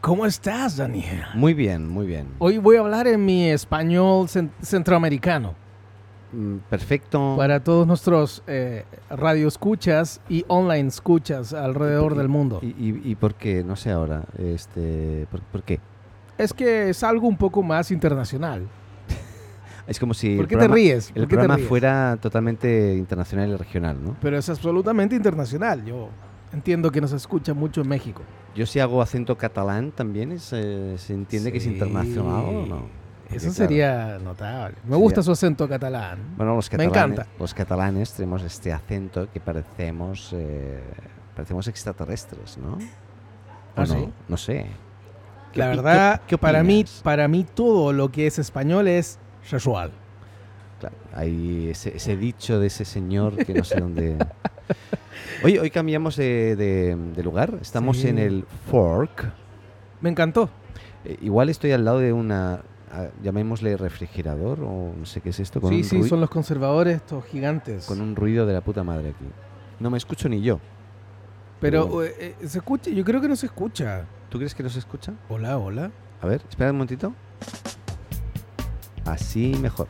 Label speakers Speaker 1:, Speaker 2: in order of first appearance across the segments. Speaker 1: ¿Cómo estás, Daniel?
Speaker 2: Muy bien, muy bien.
Speaker 1: Hoy voy a hablar en mi español cen- centroamericano
Speaker 2: Mm, Perfecto.
Speaker 1: para todos nuestros eh, radioescuchas y online escuchas alrededor del mundo.
Speaker 2: ¿Y, y, y por qué? No sé ahora. Este, ¿por, por qué?
Speaker 1: Es que es algo un poco más internacional.
Speaker 2: Es como si. el
Speaker 1: ¿Por qué te
Speaker 2: programa-
Speaker 1: ríes? ¿Por
Speaker 2: El
Speaker 1: qué te
Speaker 2: programa
Speaker 1: ríes?
Speaker 2: fuera totalmente internacional y regional, ¿no?
Speaker 1: Pero es absolutamente internacional. Yo entiendo que nos escucha mucho en México.
Speaker 2: Yo si hago acento catalán también es, eh, se entiende que es
Speaker 1: Sí.
Speaker 2: internacional o no. Porque,
Speaker 1: Eso
Speaker 2: claro,
Speaker 1: sería notable. Me
Speaker 2: Sería-
Speaker 1: gusta su acento catalán.
Speaker 2: Bueno, los
Speaker 1: Me
Speaker 2: catalanes,
Speaker 1: encanta.
Speaker 2: los catalanes tenemos este acento que parecemos, eh, parecemos extraterrestres, ¿no? ¿O
Speaker 1: ¿Ah,
Speaker 2: no?
Speaker 1: sí?
Speaker 2: No sé. ¿Qué
Speaker 1: La
Speaker 2: opi- qué-
Speaker 1: verdad,
Speaker 2: qué
Speaker 1: para, mí,
Speaker 2: opinas?
Speaker 1: para mí todo lo que es español es sexual.
Speaker 2: Claro, hay ese, ese dicho de ese señor que no sé dónde. Oye, hoy cambiamos de, de- de lugar. Estamos
Speaker 1: Sí.
Speaker 2: en el Fork.
Speaker 1: Me encantó.
Speaker 2: Eh, igual estoy al lado de una. ah, llamémosle refrigerador o no sé qué es esto. Con,
Speaker 1: Sí,
Speaker 2: un
Speaker 1: sí,
Speaker 2: ruido,
Speaker 1: son los conservadores, estos gigantes.
Speaker 2: con un ruido de la puta madre aquí. No me escucho ni yo.
Speaker 1: Pero eh, eh, se escucha, yo creo que no se escucha.
Speaker 2: ¿Tú crees que nos escucha?
Speaker 1: Hola, hola.
Speaker 2: A ver, espera un momentito. Así mejor.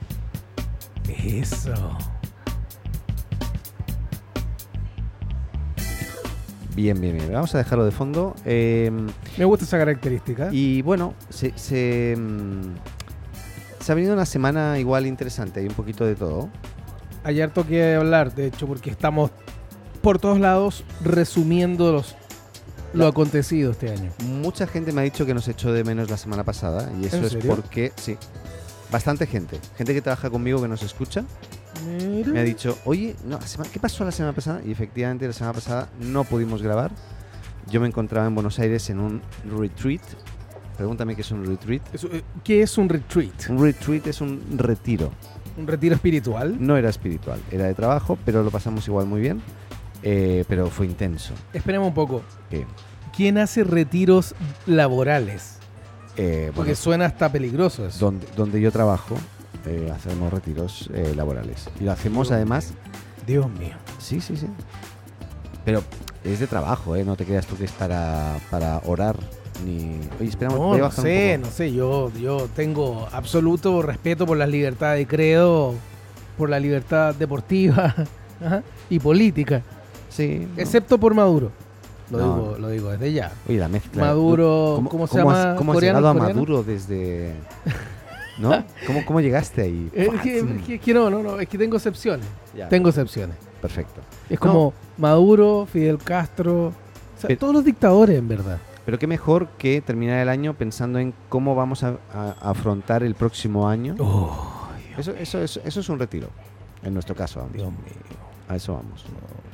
Speaker 1: Eso.
Speaker 2: Bien, bien, bien. Vamos a dejarlo de fondo. Em,
Speaker 1: Me gusta esa característica.
Speaker 2: Y bueno, se, se, mm, se ha venido una semana igual interesante, hay un poquito de todo.
Speaker 1: Ayer toqué hablar, de hecho, porque estamos por todos lados resumiendo los, lo acontecido este año.
Speaker 2: Mucha gente me ha dicho que nos echó de menos la semana pasada y eso
Speaker 1: ¿En
Speaker 2: es
Speaker 1: serio?
Speaker 2: porque, sí, bastante gente, gente que trabaja conmigo que nos escucha, me
Speaker 1: Mm.
Speaker 2: ha dicho, oye, no, la sema- ¿qué pasó la semana pasada? Y efectivamente la semana pasada no pudimos grabar. Yo me encontraba en Buenos Aires en un retreat. Pregúntame qué es un retreat.
Speaker 1: Eso, eh, ¿Qué es un retreat?
Speaker 2: Un retreat es un retiro.
Speaker 1: ¿Un retiro espiritual?
Speaker 2: No era espiritual, era de trabajo, pero lo pasamos igual muy bien. Eh, pero fue intenso.
Speaker 1: Esperemos un poco.
Speaker 2: Eh,
Speaker 1: ¿Quién hace retiros laborales?
Speaker 2: eh, bueno,
Speaker 1: Porque suena hasta peligroso eso.
Speaker 2: donde, donde yo trabajo, eh, hacemos retiros eh, laborales. Y lo hacemos además.
Speaker 1: Dios mío.
Speaker 2: Sí, sí, sí. Pero es de trabajo, ¿eh? No te creas tú que es para, para orar. Ni... Oye, espera,
Speaker 1: No,
Speaker 2: voy a
Speaker 1: no
Speaker 2: bajar un
Speaker 1: sé,
Speaker 2: poco.
Speaker 1: no sé, yo, yo tengo absoluto respeto por las libertades de credo, por la libertad deportiva ajá, y política,
Speaker 2: Sí. no.
Speaker 1: excepto por Maduro. Lo,
Speaker 2: No,
Speaker 1: digo, lo digo desde ya.
Speaker 2: Oye, la mezcla.
Speaker 1: Maduro, ¿cómo, se
Speaker 2: has-
Speaker 1: llama?
Speaker 2: ¿Cómo has
Speaker 1: ¿Coreano,
Speaker 2: llegado a
Speaker 1: coreano?
Speaker 2: Maduro desde.? ¿No? ¿Cómo, cómo llegaste ahí?
Speaker 1: Eh, Es que, es que- es que no, no, no, es que tengo excepciones.
Speaker 2: Ya,
Speaker 1: Tengo excepciones.
Speaker 2: Perfecto.
Speaker 1: Es
Speaker 2: No.
Speaker 1: como Maduro, Fidel Castro, o sea,
Speaker 2: Pero-
Speaker 1: todos los dictadores en verdad.
Speaker 2: Pero qué mejor que terminar el año pensando en cómo vamos a, a- a afrontar el próximo año.
Speaker 1: Oh,
Speaker 2: Oh, Eso, eso, es- eso es un retiro. En nuestro caso, vamos.
Speaker 1: Dios mío.
Speaker 2: A eso vamos.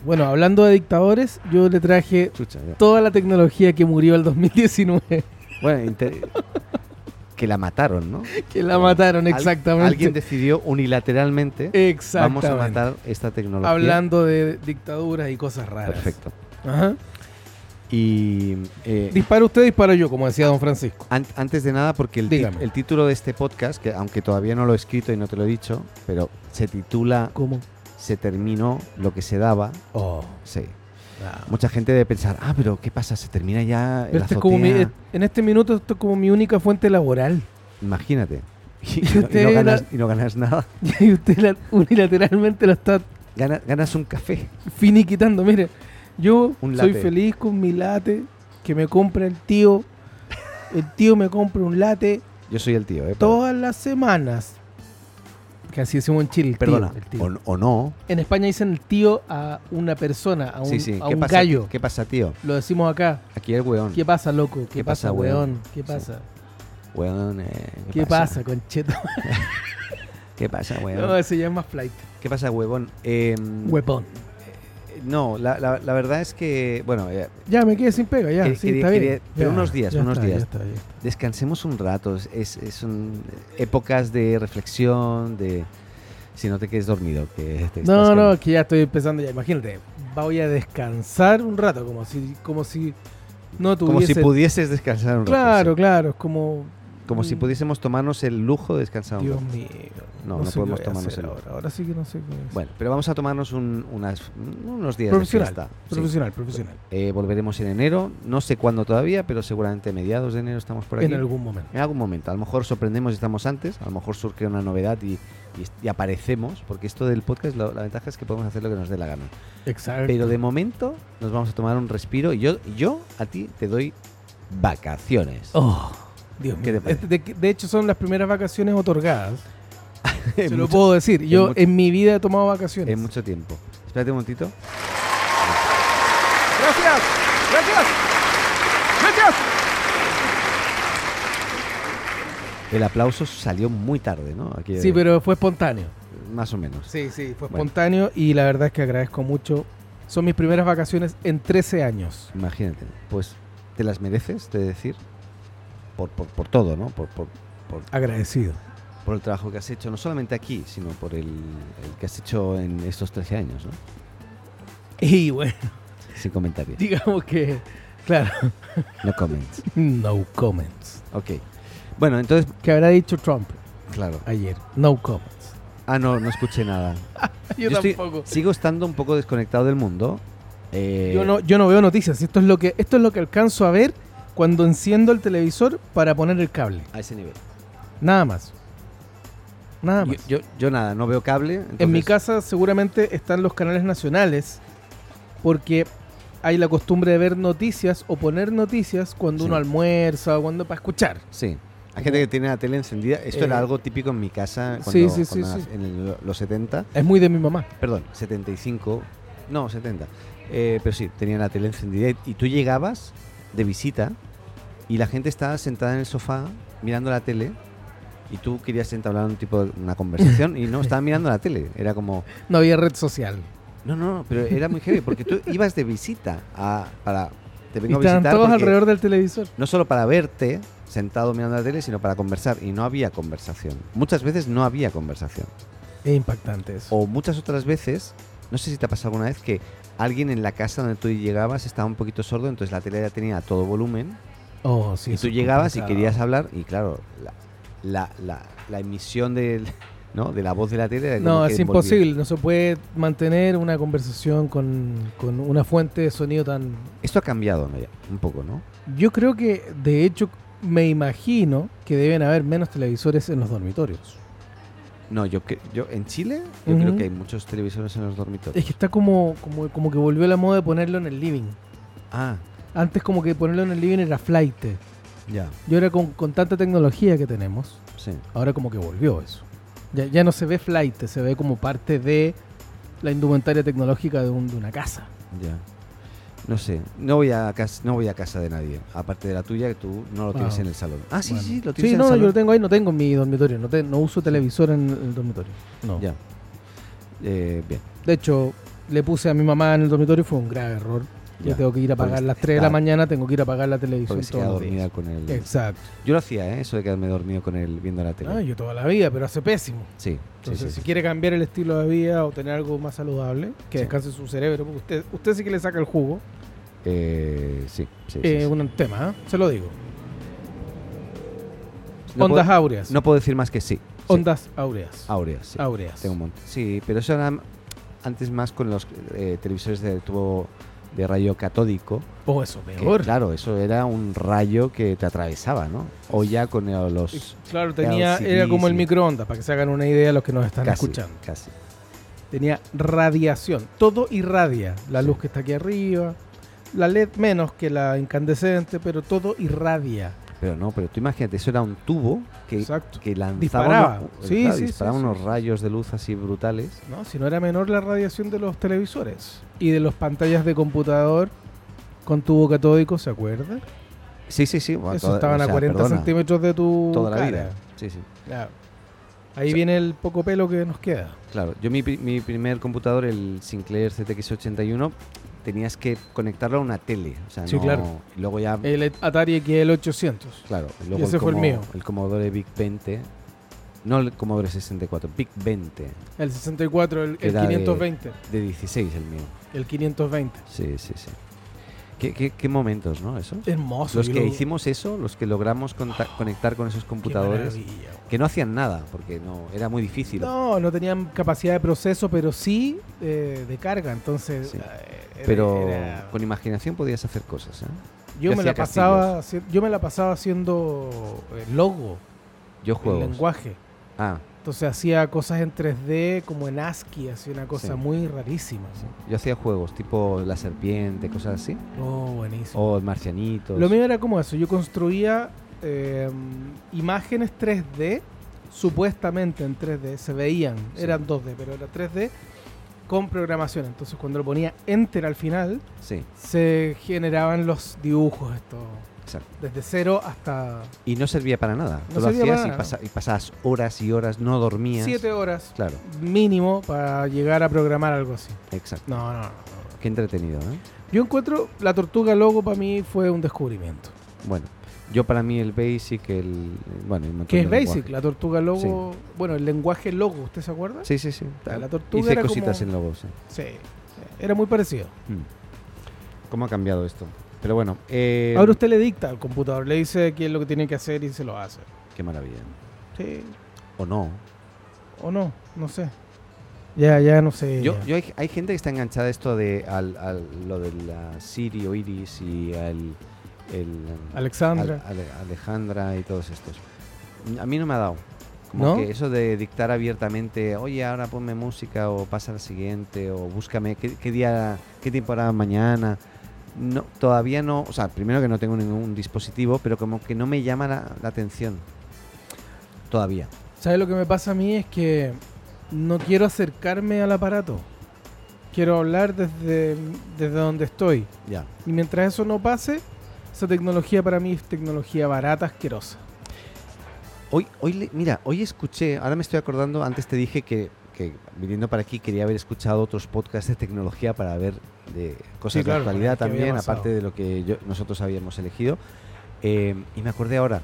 Speaker 1: Bueno, hablando de dictadores, yo le traje
Speaker 2: Chucha, ya.
Speaker 1: toda la tecnología que murió el 2019.
Speaker 2: Bueno, inter- que la mataron, ¿no?
Speaker 1: Que la mataron,
Speaker 2: Al-
Speaker 1: exactamente.
Speaker 2: alguien decidió unilateralmente, vamos
Speaker 1: exactamente.
Speaker 2: a matar esta tecnología.
Speaker 1: Hablando de dictaduras y cosas raras.
Speaker 2: Perfecto.
Speaker 1: Ajá.
Speaker 2: Y eh,
Speaker 1: Dispara usted, disparo yo, como decía don Francisco.
Speaker 2: An- antes de nada, porque el, ti-
Speaker 1: Dígame.
Speaker 2: el título de este podcast, que aunque todavía no lo he escrito y no te lo he dicho, pero se titula
Speaker 1: ¿Cómo?
Speaker 2: Se terminó lo que se daba.
Speaker 1: Oh.
Speaker 2: Sí.
Speaker 1: no.
Speaker 2: Mucha gente debe pensar, ah, pero ¿qué pasa? Se termina ya
Speaker 1: Pero
Speaker 2: la
Speaker 1: este es como mi-
Speaker 2: azotea.
Speaker 1: en este minuto esto es como mi única fuente laboral.
Speaker 2: Imagínate. Y,
Speaker 1: Y
Speaker 2: no- y
Speaker 1: usted
Speaker 2: no
Speaker 1: la-
Speaker 2: ganas, y no ganas nada.
Speaker 1: Y usted la- unilateralmente lo está
Speaker 2: Gana- ganas un café.
Speaker 1: finiquitando. Mire, yo
Speaker 2: Un
Speaker 1: soy
Speaker 2: latte.
Speaker 1: feliz con mi late que me compra el tío. El tío me compra un late
Speaker 2: Yo soy el tío, ¿eh?
Speaker 1: todas las semanas. Que así decimos en Chile. el tío,
Speaker 2: Perdona.
Speaker 1: el tío.
Speaker 2: O, o no.
Speaker 1: En España dicen el tío a una persona, a un,
Speaker 2: sí, sí.
Speaker 1: a
Speaker 2: ¿Qué,
Speaker 1: un
Speaker 2: pasa,
Speaker 1: gallo.
Speaker 2: ¿Qué pasa, tío?
Speaker 1: Lo decimos acá.
Speaker 2: Aquí el weón.
Speaker 1: ¿Qué pasa, loco? ¿Qué,
Speaker 2: ¿Qué
Speaker 1: pasa,
Speaker 2: pasa,
Speaker 1: weón?
Speaker 2: weón?
Speaker 1: ¿Qué
Speaker 2: Sí.
Speaker 1: pasa?
Speaker 2: Weón, eh,
Speaker 1: ¿Qué pasa, concheto?
Speaker 2: ¿Qué pasa, weón?
Speaker 1: No, se llama flight.
Speaker 2: ¿Qué pasa, huevón? Eh,
Speaker 1: Huepón.
Speaker 2: No, la, la- la verdad es que, bueno, eh,
Speaker 1: Ya, me quedé sin pega, ya.
Speaker 2: Quería-
Speaker 1: sí,
Speaker 2: quería-
Speaker 1: está bien.
Speaker 2: quería- pero
Speaker 1: Ya,
Speaker 2: unos días,
Speaker 1: ya
Speaker 2: unos
Speaker 1: está, ya
Speaker 2: días.
Speaker 1: está, ya está.
Speaker 2: descansemos un rato. Es, es- es- son épocas de reflexión, de... Si no te quedes dormido, que te
Speaker 1: No,
Speaker 2: estás
Speaker 1: no,
Speaker 2: con-
Speaker 1: es que ya estoy empezando ya. Imagínate, voy a descansar un rato, como si, como si no
Speaker 2: Como
Speaker 1: tuviese.
Speaker 2: si pudieses descansar un rato.
Speaker 1: claro,
Speaker 2: sí.
Speaker 1: claro, es como.
Speaker 2: Como si pudiésemos tomarnos el lujo de descansar un
Speaker 1: Dios
Speaker 2: rato.
Speaker 1: mío.
Speaker 2: No, no
Speaker 1: sé qué
Speaker 2: podemos
Speaker 1: voy a
Speaker 2: tomarnos
Speaker 1: hacer
Speaker 2: el
Speaker 1: ahora. Ahora sí que no sé qué. voy a hacer.
Speaker 2: Bueno, pero vamos a tomarnos un- unas- unos días
Speaker 1: profesional,
Speaker 2: de fiesta. sí.
Speaker 1: profesional, profesional.
Speaker 2: Eh, volveremos en enero, no sé cuándo todavía, pero seguramente mediados de enero estamos por aquí.
Speaker 1: En algún momento.
Speaker 2: En algún momento, a lo mejor sorprendemos y estamos antes, a lo mejor surge una novedad y, y- y aparecemos, porque esto del podcast, lo- la ventaja es que podemos hacer lo que nos dé la gana.
Speaker 1: Exacto.
Speaker 2: Pero de momento nos vamos a tomar un respiro y yo, y yo a ti te doy vacaciones.
Speaker 1: Oh, Dios mío.
Speaker 2: ¿Qué te parece?
Speaker 1: Este, de, de hecho, son las primeras vacaciones otorgadas.
Speaker 2: En
Speaker 1: Se lo
Speaker 2: mucho-
Speaker 1: puedo decir. Yo
Speaker 2: mucho-
Speaker 1: en mi vida he tomado vacaciones.
Speaker 2: en mucho tiempo. Espérate un momentito.
Speaker 3: Gracias, gracias, gracias.
Speaker 2: El aplauso salió muy tarde, ¿no? Aquí,
Speaker 1: Sí,
Speaker 2: eh,
Speaker 1: pero fue espontáneo.
Speaker 2: Más o menos.
Speaker 1: Sí, sí, fue
Speaker 2: Bueno.
Speaker 1: espontáneo y la verdad es que agradezco mucho. Son mis primeras vacaciones en 13 años.
Speaker 2: Imagínate, pues te las mereces, te decir, por, por, por todo, ¿no? Por, por, por,
Speaker 1: Agradecido.
Speaker 2: por el trabajo que has hecho, no solamente aquí, sino por el, el que has hecho en estos 13 años, ¿no?
Speaker 1: Y bueno,
Speaker 2: Sin comentarios.
Speaker 1: digamos que, claro,
Speaker 2: No comments.
Speaker 1: no comments.
Speaker 2: Ok. Bueno, entonces,
Speaker 1: Que habrá dicho Trump
Speaker 2: claro.
Speaker 1: ayer, no comments.
Speaker 2: Ah, no, no escuché nada.
Speaker 1: Yo,
Speaker 2: estoy-
Speaker 1: tampoco.
Speaker 2: sigo estando un poco desconectado del mundo. Eh,
Speaker 1: Yo no, yo no veo noticias. Esto es lo que, esto es lo que alcanzo a ver cuando enciendo el televisor para poner el cable.
Speaker 2: A ese nivel.
Speaker 1: Nada más. Nada
Speaker 2: Yo,
Speaker 1: más.
Speaker 2: yo, yo nada, no veo cable. entonces-
Speaker 1: En mi casa seguramente están los canales nacionales porque hay la costumbre de ver noticias o poner noticias cuando
Speaker 2: Sí.
Speaker 1: uno almuerza o cuando para escuchar.
Speaker 2: Sí. Hay gente que tiene la tele encendida. Esto
Speaker 1: Eh,
Speaker 2: era algo típico en mi casa cuando,
Speaker 1: sí, sí, sí,
Speaker 2: cuando
Speaker 1: sí.
Speaker 2: en el- los 70.
Speaker 1: Es muy de mi mamá.
Speaker 2: Perdón, 75. No, 70. Eh, pero sí, tenía la tele encendida. Y tú llegabas de visita y la gente estaba sentada en el sofá mirando la tele. Y tú querías entablar un tipo de una conversación y no, estaba mirando la tele. Era como,
Speaker 1: No había red social.
Speaker 2: No, no, no, pero era muy heavy porque tú ibas de visita a, para. Te
Speaker 1: Y
Speaker 2: vengo a
Speaker 1: estaban
Speaker 2: visitar.
Speaker 1: todos
Speaker 2: porque
Speaker 1: alrededor del televisor.
Speaker 2: No solo para verte sentado mirando la tele, sino para conversar. Y no había conversación. Muchas veces no había conversación.
Speaker 1: Es impactante eso.
Speaker 2: O muchas otras veces, no sé si te ha pasado alguna vez que alguien en la casa donde tú llegabas estaba un poquito sordo, entonces la tele ya tenía a todo volumen.
Speaker 1: Oh, sí,
Speaker 2: y
Speaker 1: eso
Speaker 2: tú
Speaker 1: es
Speaker 2: llegabas y
Speaker 1: complicado.
Speaker 2: querías hablar, y claro, la, la, la, la emisión del, ¿no? de la voz de la tele. era como
Speaker 1: No,
Speaker 2: que
Speaker 1: es
Speaker 2: envolvía.
Speaker 1: imposible. No se puede mantener una conversación con, con una fuente de sonido tan...
Speaker 2: Esto ha cambiado ¿no? ya, un poco, ¿no?
Speaker 1: Yo creo que, de hecho, me imagino que deben haber menos televisores en los dormitorios.
Speaker 2: No, yo, cre- yo en Chile yo creo
Speaker 1: Ujú.
Speaker 2: que hay muchos televisores en los dormitorios.
Speaker 1: Es que está como, como, como que volvió la moda de ponerlo en el living.
Speaker 2: Ah,
Speaker 1: Antes como que ponerlo en el living era flight.
Speaker 2: ya,
Speaker 1: Y ahora con, con tanta tecnología que tenemos,
Speaker 2: sí.
Speaker 1: ahora como que volvió eso. Ya, ya no se ve flight, se ve como parte de la indumentaria tecnológica de, un- de una casa.
Speaker 2: Ya. No sé, no voy a casa, no voy a casa de nadie, aparte de la tuya que tú no lo tienes
Speaker 1: Wow.
Speaker 2: en el salón. Ah, sí,
Speaker 1: Bueno.
Speaker 2: sí, lo tienes en
Speaker 1: no,
Speaker 2: el
Speaker 1: yo lo
Speaker 2: salón.
Speaker 1: tengo ahí, no tengo en mi dormitorio, no, te- no uso televisor en el dormitorio. No.
Speaker 2: Ya. Eh, bien.
Speaker 1: De hecho, le puse a mi mamá en el dormitorio, fue un grave error. Yo
Speaker 2: ya.
Speaker 1: tengo que ir a
Speaker 2: Porque
Speaker 1: pagar
Speaker 2: se-
Speaker 1: las 3 de la
Speaker 2: claro,
Speaker 1: mañana, tengo que ir a pagar la televisión
Speaker 2: Porque se queda
Speaker 1: todos los
Speaker 2: dormida
Speaker 1: días.
Speaker 2: con el
Speaker 1: Exacto.
Speaker 2: Yo lo hacía, ¿eh? eso de quedarme dormido con él viendo la tele.
Speaker 1: No, yo toda la vida, pero hace pésimo.
Speaker 2: sí, sí,
Speaker 1: Entonces,
Speaker 2: sí,
Speaker 1: si quiere cambiar el estilo de vida o tener algo más saludable, que
Speaker 2: Sí.
Speaker 1: descanse su cerebro, porque usted, usted sí que le saca el jugo,
Speaker 2: Eh, sí, sí, sí,
Speaker 1: es
Speaker 2: sí.
Speaker 1: un tema, ¿eh? se lo digo.
Speaker 2: No
Speaker 1: ondas
Speaker 2: puedo,
Speaker 1: áureas.
Speaker 2: no puedo decir más que sí. sí.
Speaker 1: Ondas áureas.
Speaker 2: Áureas, sí.
Speaker 1: Áureas.
Speaker 2: Tengo un montón. Sí, pero eso era antes más con los eh, televisores de tubo de rayo catódico.
Speaker 1: Oh, eso
Speaker 2: que,
Speaker 1: peor.
Speaker 2: claro, eso era un rayo que te atravesaba, ¿no? O ya con eh, los...
Speaker 1: Claro, tenía,
Speaker 2: LCD,
Speaker 1: era como el
Speaker 2: sí.
Speaker 1: microondas, para que se hagan una idea los que nos están
Speaker 2: casi,
Speaker 1: escuchando.
Speaker 2: Casi.
Speaker 1: Tenía radiación, todo irradia. La
Speaker 2: Sí.
Speaker 1: luz que está aquí arriba, la LED menos que la incandescente, pero todo irradia.
Speaker 2: Pero no, pero tú imagínate, eso era un tubo que,
Speaker 1: Exacto.
Speaker 2: que lanzaba...
Speaker 1: Disparaba.
Speaker 2: unos-
Speaker 1: Sí,
Speaker 2: claro,
Speaker 1: sí, sí,
Speaker 2: disparaba
Speaker 1: sí.
Speaker 2: unos rayos de luz así brutales.
Speaker 1: No, si no era menor la radiación de los televisores y de las pantallas de computador con tubo catódico, ¿se acuerda?
Speaker 2: Sí, sí, sí. bueno,
Speaker 1: Eso
Speaker 2: toda-
Speaker 1: estaban
Speaker 2: o
Speaker 1: a
Speaker 2: sea,
Speaker 1: 40
Speaker 2: perdona,
Speaker 1: centímetros de tu
Speaker 2: Toda la
Speaker 1: cara.
Speaker 2: vida. Sí, sí.
Speaker 1: Claro. Ahí
Speaker 2: Sí.
Speaker 1: viene el poco pelo que nos queda.
Speaker 2: Claro, yo mi, pri- mi primer computador, el Sinclair ZX81, tenías que conectarlo a una tele. O sea,
Speaker 1: Sí,
Speaker 2: no-
Speaker 1: claro.
Speaker 2: y Luego ya,
Speaker 1: El Atari XL800.
Speaker 2: claro, y luego
Speaker 1: ese
Speaker 2: el,
Speaker 1: fue el
Speaker 2: Commo-
Speaker 1: mío.
Speaker 2: el Commodore Big 20. No el Commodore 64, Big 20,
Speaker 1: El 64, el, el
Speaker 2: Era de-
Speaker 1: 520.
Speaker 2: de 16 el mío.
Speaker 1: El 520.
Speaker 2: Sí, sí, sí. ¿Qué, qué- qué momentos, no? Eso.
Speaker 1: Hermoso.
Speaker 2: Los
Speaker 1: yo
Speaker 2: que
Speaker 1: lo-
Speaker 2: hicimos eso, los que logramos conta- conectar con esos
Speaker 1: Ah, qué
Speaker 2: computadores,
Speaker 1: maravilla, güey.
Speaker 2: que no hacían nada, porque no era muy difícil.
Speaker 1: No, no tenían capacidad de proceso, pero sí eh, de carga. Entonces,
Speaker 2: Sí.
Speaker 1: eh, era-
Speaker 2: Pero
Speaker 1: era-
Speaker 2: con imaginación podías hacer cosas. ¿eh?
Speaker 1: yo
Speaker 2: yo
Speaker 1: me la
Speaker 2: hacía
Speaker 1: pasaba, haci- yo me la pasaba haciendo eh, logo,
Speaker 2: Yo
Speaker 1: el
Speaker 2: juegos.
Speaker 1: lenguaje.
Speaker 2: Ah,
Speaker 1: Entonces hacía cosas en 3D como en ASCII, hacía una cosa
Speaker 2: Sí.
Speaker 1: muy rarísima.
Speaker 2: sí. yo hacía juegos tipo La Serpiente, cosas así.
Speaker 1: Oh, buenísimo.
Speaker 2: O Marcianitos.
Speaker 1: Lo mío era como eso, yo construía eh, imágenes 3D, supuestamente en 3D, se veían,
Speaker 2: Sí.
Speaker 1: eran 2D, pero era 3D con programación. Entonces cuando lo ponía enter al final,
Speaker 2: Sí,
Speaker 1: se generaban los dibujos, esto,
Speaker 2: exacto.
Speaker 1: desde cero hasta
Speaker 2: Y no servía para nada.
Speaker 1: No
Speaker 2: Tú lo
Speaker 1: servía para
Speaker 2: hacías y,
Speaker 1: nada.
Speaker 2: pasa- y pasabas horas y horas, no dormías.
Speaker 1: 7 horas
Speaker 2: Claro,
Speaker 1: mínimo para llegar a programar algo así.
Speaker 2: exacto.
Speaker 1: No, no, no.
Speaker 2: Qué entretenido, ¿eh?
Speaker 1: Yo encuentro la tortuga logo para mí fue un descubrimiento.
Speaker 2: Bueno, yo para mí el Basic, el. Bueno, hay un montón
Speaker 1: Que es
Speaker 2: de
Speaker 1: Basic,
Speaker 2: lenguajes.
Speaker 1: la tortuga logo, bueno, el lenguaje logo, ¿usted se acuerda?
Speaker 2: Sí, sí, sí.
Speaker 1: La tortuga
Speaker 2: Hice
Speaker 1: era
Speaker 2: cositas
Speaker 1: como-
Speaker 2: en Logos. sí.
Speaker 1: Sí, sí, era muy parecido.
Speaker 2: Mm. ¿Cómo ha cambiado esto? Pero bueno, eh,
Speaker 1: Ahora usted le dicta al computador, le dice qué es lo que tiene que hacer y se lo hace.
Speaker 2: qué maravilla.
Speaker 1: Sí,
Speaker 2: O no.
Speaker 1: o no, no sé. Ya, ya no sé.
Speaker 2: Yo,
Speaker 1: ya.
Speaker 2: yo hay, hay gente que está enganchada a esto de al, al- lo de la Siri o Iris y al, el,
Speaker 1: Alexandra.
Speaker 2: al- Ale- Alejandra y todos estos. A mí no me ha dado. Como
Speaker 1: ¿No?
Speaker 2: que eso de dictar abiertamente, oye, ahora ponme música o pasa al siguiente o búscame qué, qué día, qué temporada mañana. No, todavía no, o sea, primero que no tengo ningún dispositivo, pero como que no me llama la, la atención. Todavía.
Speaker 1: ¿Sabes lo que me pasa a mí? Es que no quiero acercarme al aparato. Quiero hablar desde, desde donde estoy.
Speaker 2: Ya.
Speaker 1: Y mientras eso no pase, esa tecnología para mí es tecnología barata, asquerosa.
Speaker 2: Hoy, hoy le- mira, hoy escuché, ahora me estoy acordando, antes te dije que, que viniendo para aquí quería haber escuchado otros podcasts de tecnología para ver de cosas
Speaker 1: Sí, claro,
Speaker 2: de actualidad
Speaker 1: que había
Speaker 2: también,
Speaker 1: pasado.
Speaker 2: aparte de lo que yo- nosotros habíamos elegido. Eh, y me acordé ahora,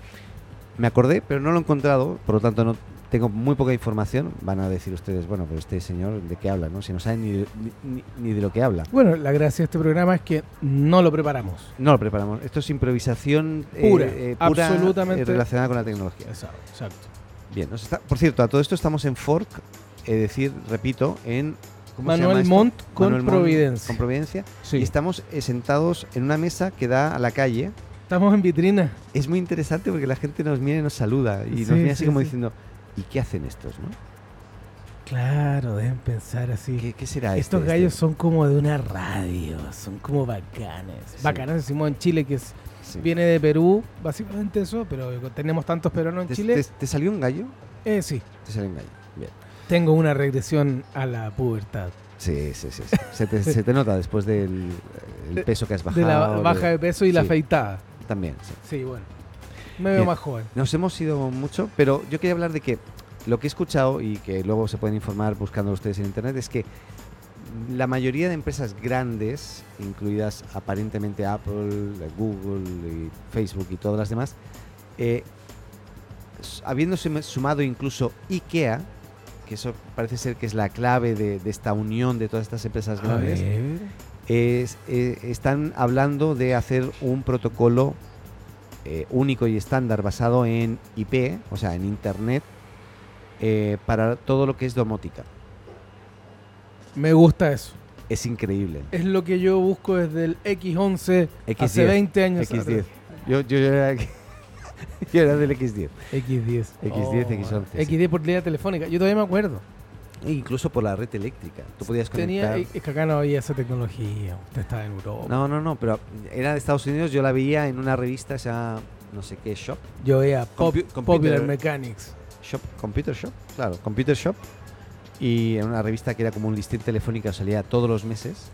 Speaker 2: me acordé, pero no lo he encontrado, por lo tanto no tengo muy poca información. Van a decir ustedes, bueno, pero este señor, ¿de qué habla? No? Si no sabe ni de- ni- ni- ni de lo que habla.
Speaker 1: Bueno, la gracia de este programa es que no lo preparamos.
Speaker 2: No lo preparamos. Esto es improvisación eh,
Speaker 1: Pura,
Speaker 2: eh,
Speaker 1: absolutamente.
Speaker 2: eh, relacionada con la tecnología.
Speaker 1: Exacto. exacto.
Speaker 2: Bien, nos está- por cierto, a todo esto estamos en Fork, es decir, repito, en ¿cómo se llama
Speaker 1: Manuel
Speaker 2: esto?
Speaker 1: Montt con
Speaker 2: Manuel Montt
Speaker 1: Providencia.
Speaker 2: con Providencia,
Speaker 1: Sí.
Speaker 2: Y estamos eh, sentados en una mesa que da a la calle.
Speaker 1: Estamos en vitrina.
Speaker 2: Es muy interesante porque la gente nos mira y nos saluda y
Speaker 1: Sí,
Speaker 2: nos mira así
Speaker 1: sí,
Speaker 2: como
Speaker 1: sí.
Speaker 2: diciendo, ¿y qué hacen estos? no?
Speaker 1: Claro, deben pensar así.
Speaker 2: ¿Qué, qué será
Speaker 1: Estos
Speaker 2: este,
Speaker 1: gallos
Speaker 2: este?
Speaker 1: son como de una radio, son como bacanes.
Speaker 2: Sí.
Speaker 1: Bacanes decimos en Chile, que es-
Speaker 2: Sí.
Speaker 1: viene de Perú, básicamente eso, pero tenemos tantos peruanos
Speaker 2: ¿Te,
Speaker 1: en Chile.
Speaker 2: te- te salió un gallo?
Speaker 1: Eh, sí,
Speaker 2: Te salió un gallo. Bien.
Speaker 1: tengo una regresión a la pubertad.
Speaker 2: Sí, sí, sí. sí. Se, te, se te nota después del el
Speaker 1: De-
Speaker 2: peso que has bajado.
Speaker 1: de la ba- baja de peso y la
Speaker 2: sí.
Speaker 1: afeitada.
Speaker 2: También, sí.
Speaker 1: Sí, bueno. Me veo
Speaker 2: Bien.
Speaker 1: más joven.
Speaker 2: Nos hemos ido mucho, pero yo quería hablar de que lo que he escuchado y que luego se pueden informar buscando ustedes en internet es que la mayoría de empresas grandes, incluidas aparentemente Apple, Google, y Facebook y todas las demás, eh, s- habiéndose me- sumado incluso IKEA, que eso parece ser que es la clave de, de esta unión de todas estas empresas grandes, es- eh, están hablando de hacer un protocolo eh, único y estándar basado en IP, o sea, en Internet, eh, para todo lo que es domótica.
Speaker 1: Me gusta eso.
Speaker 2: Es increíble.
Speaker 1: Es lo que yo busco desde el X11 hace
Speaker 2: X10,
Speaker 1: 20 años.
Speaker 2: X10.
Speaker 1: atrás.
Speaker 2: Yo, yo era, yo era del X10.
Speaker 1: X10.
Speaker 2: X10, X11, sí.
Speaker 1: X10 Oh, por línea telefónica. Yo todavía me acuerdo.
Speaker 2: E incluso por la red eléctrica. Tú podías conectar.
Speaker 1: Tenía, eh, es que acá no había esa tecnología. Usted estaba en Europa.
Speaker 2: No, no, no, pero era de Estados Unidos. Yo la veía en una revista, se llama no sé qué shop.
Speaker 1: Yo veía Pop-
Speaker 2: Compu- computer-
Speaker 1: Popular Mechanics.
Speaker 2: Shop, Computer Shop, claro, Computer Shop. Y en una revista que era como un listín telefónico salía todos los meses.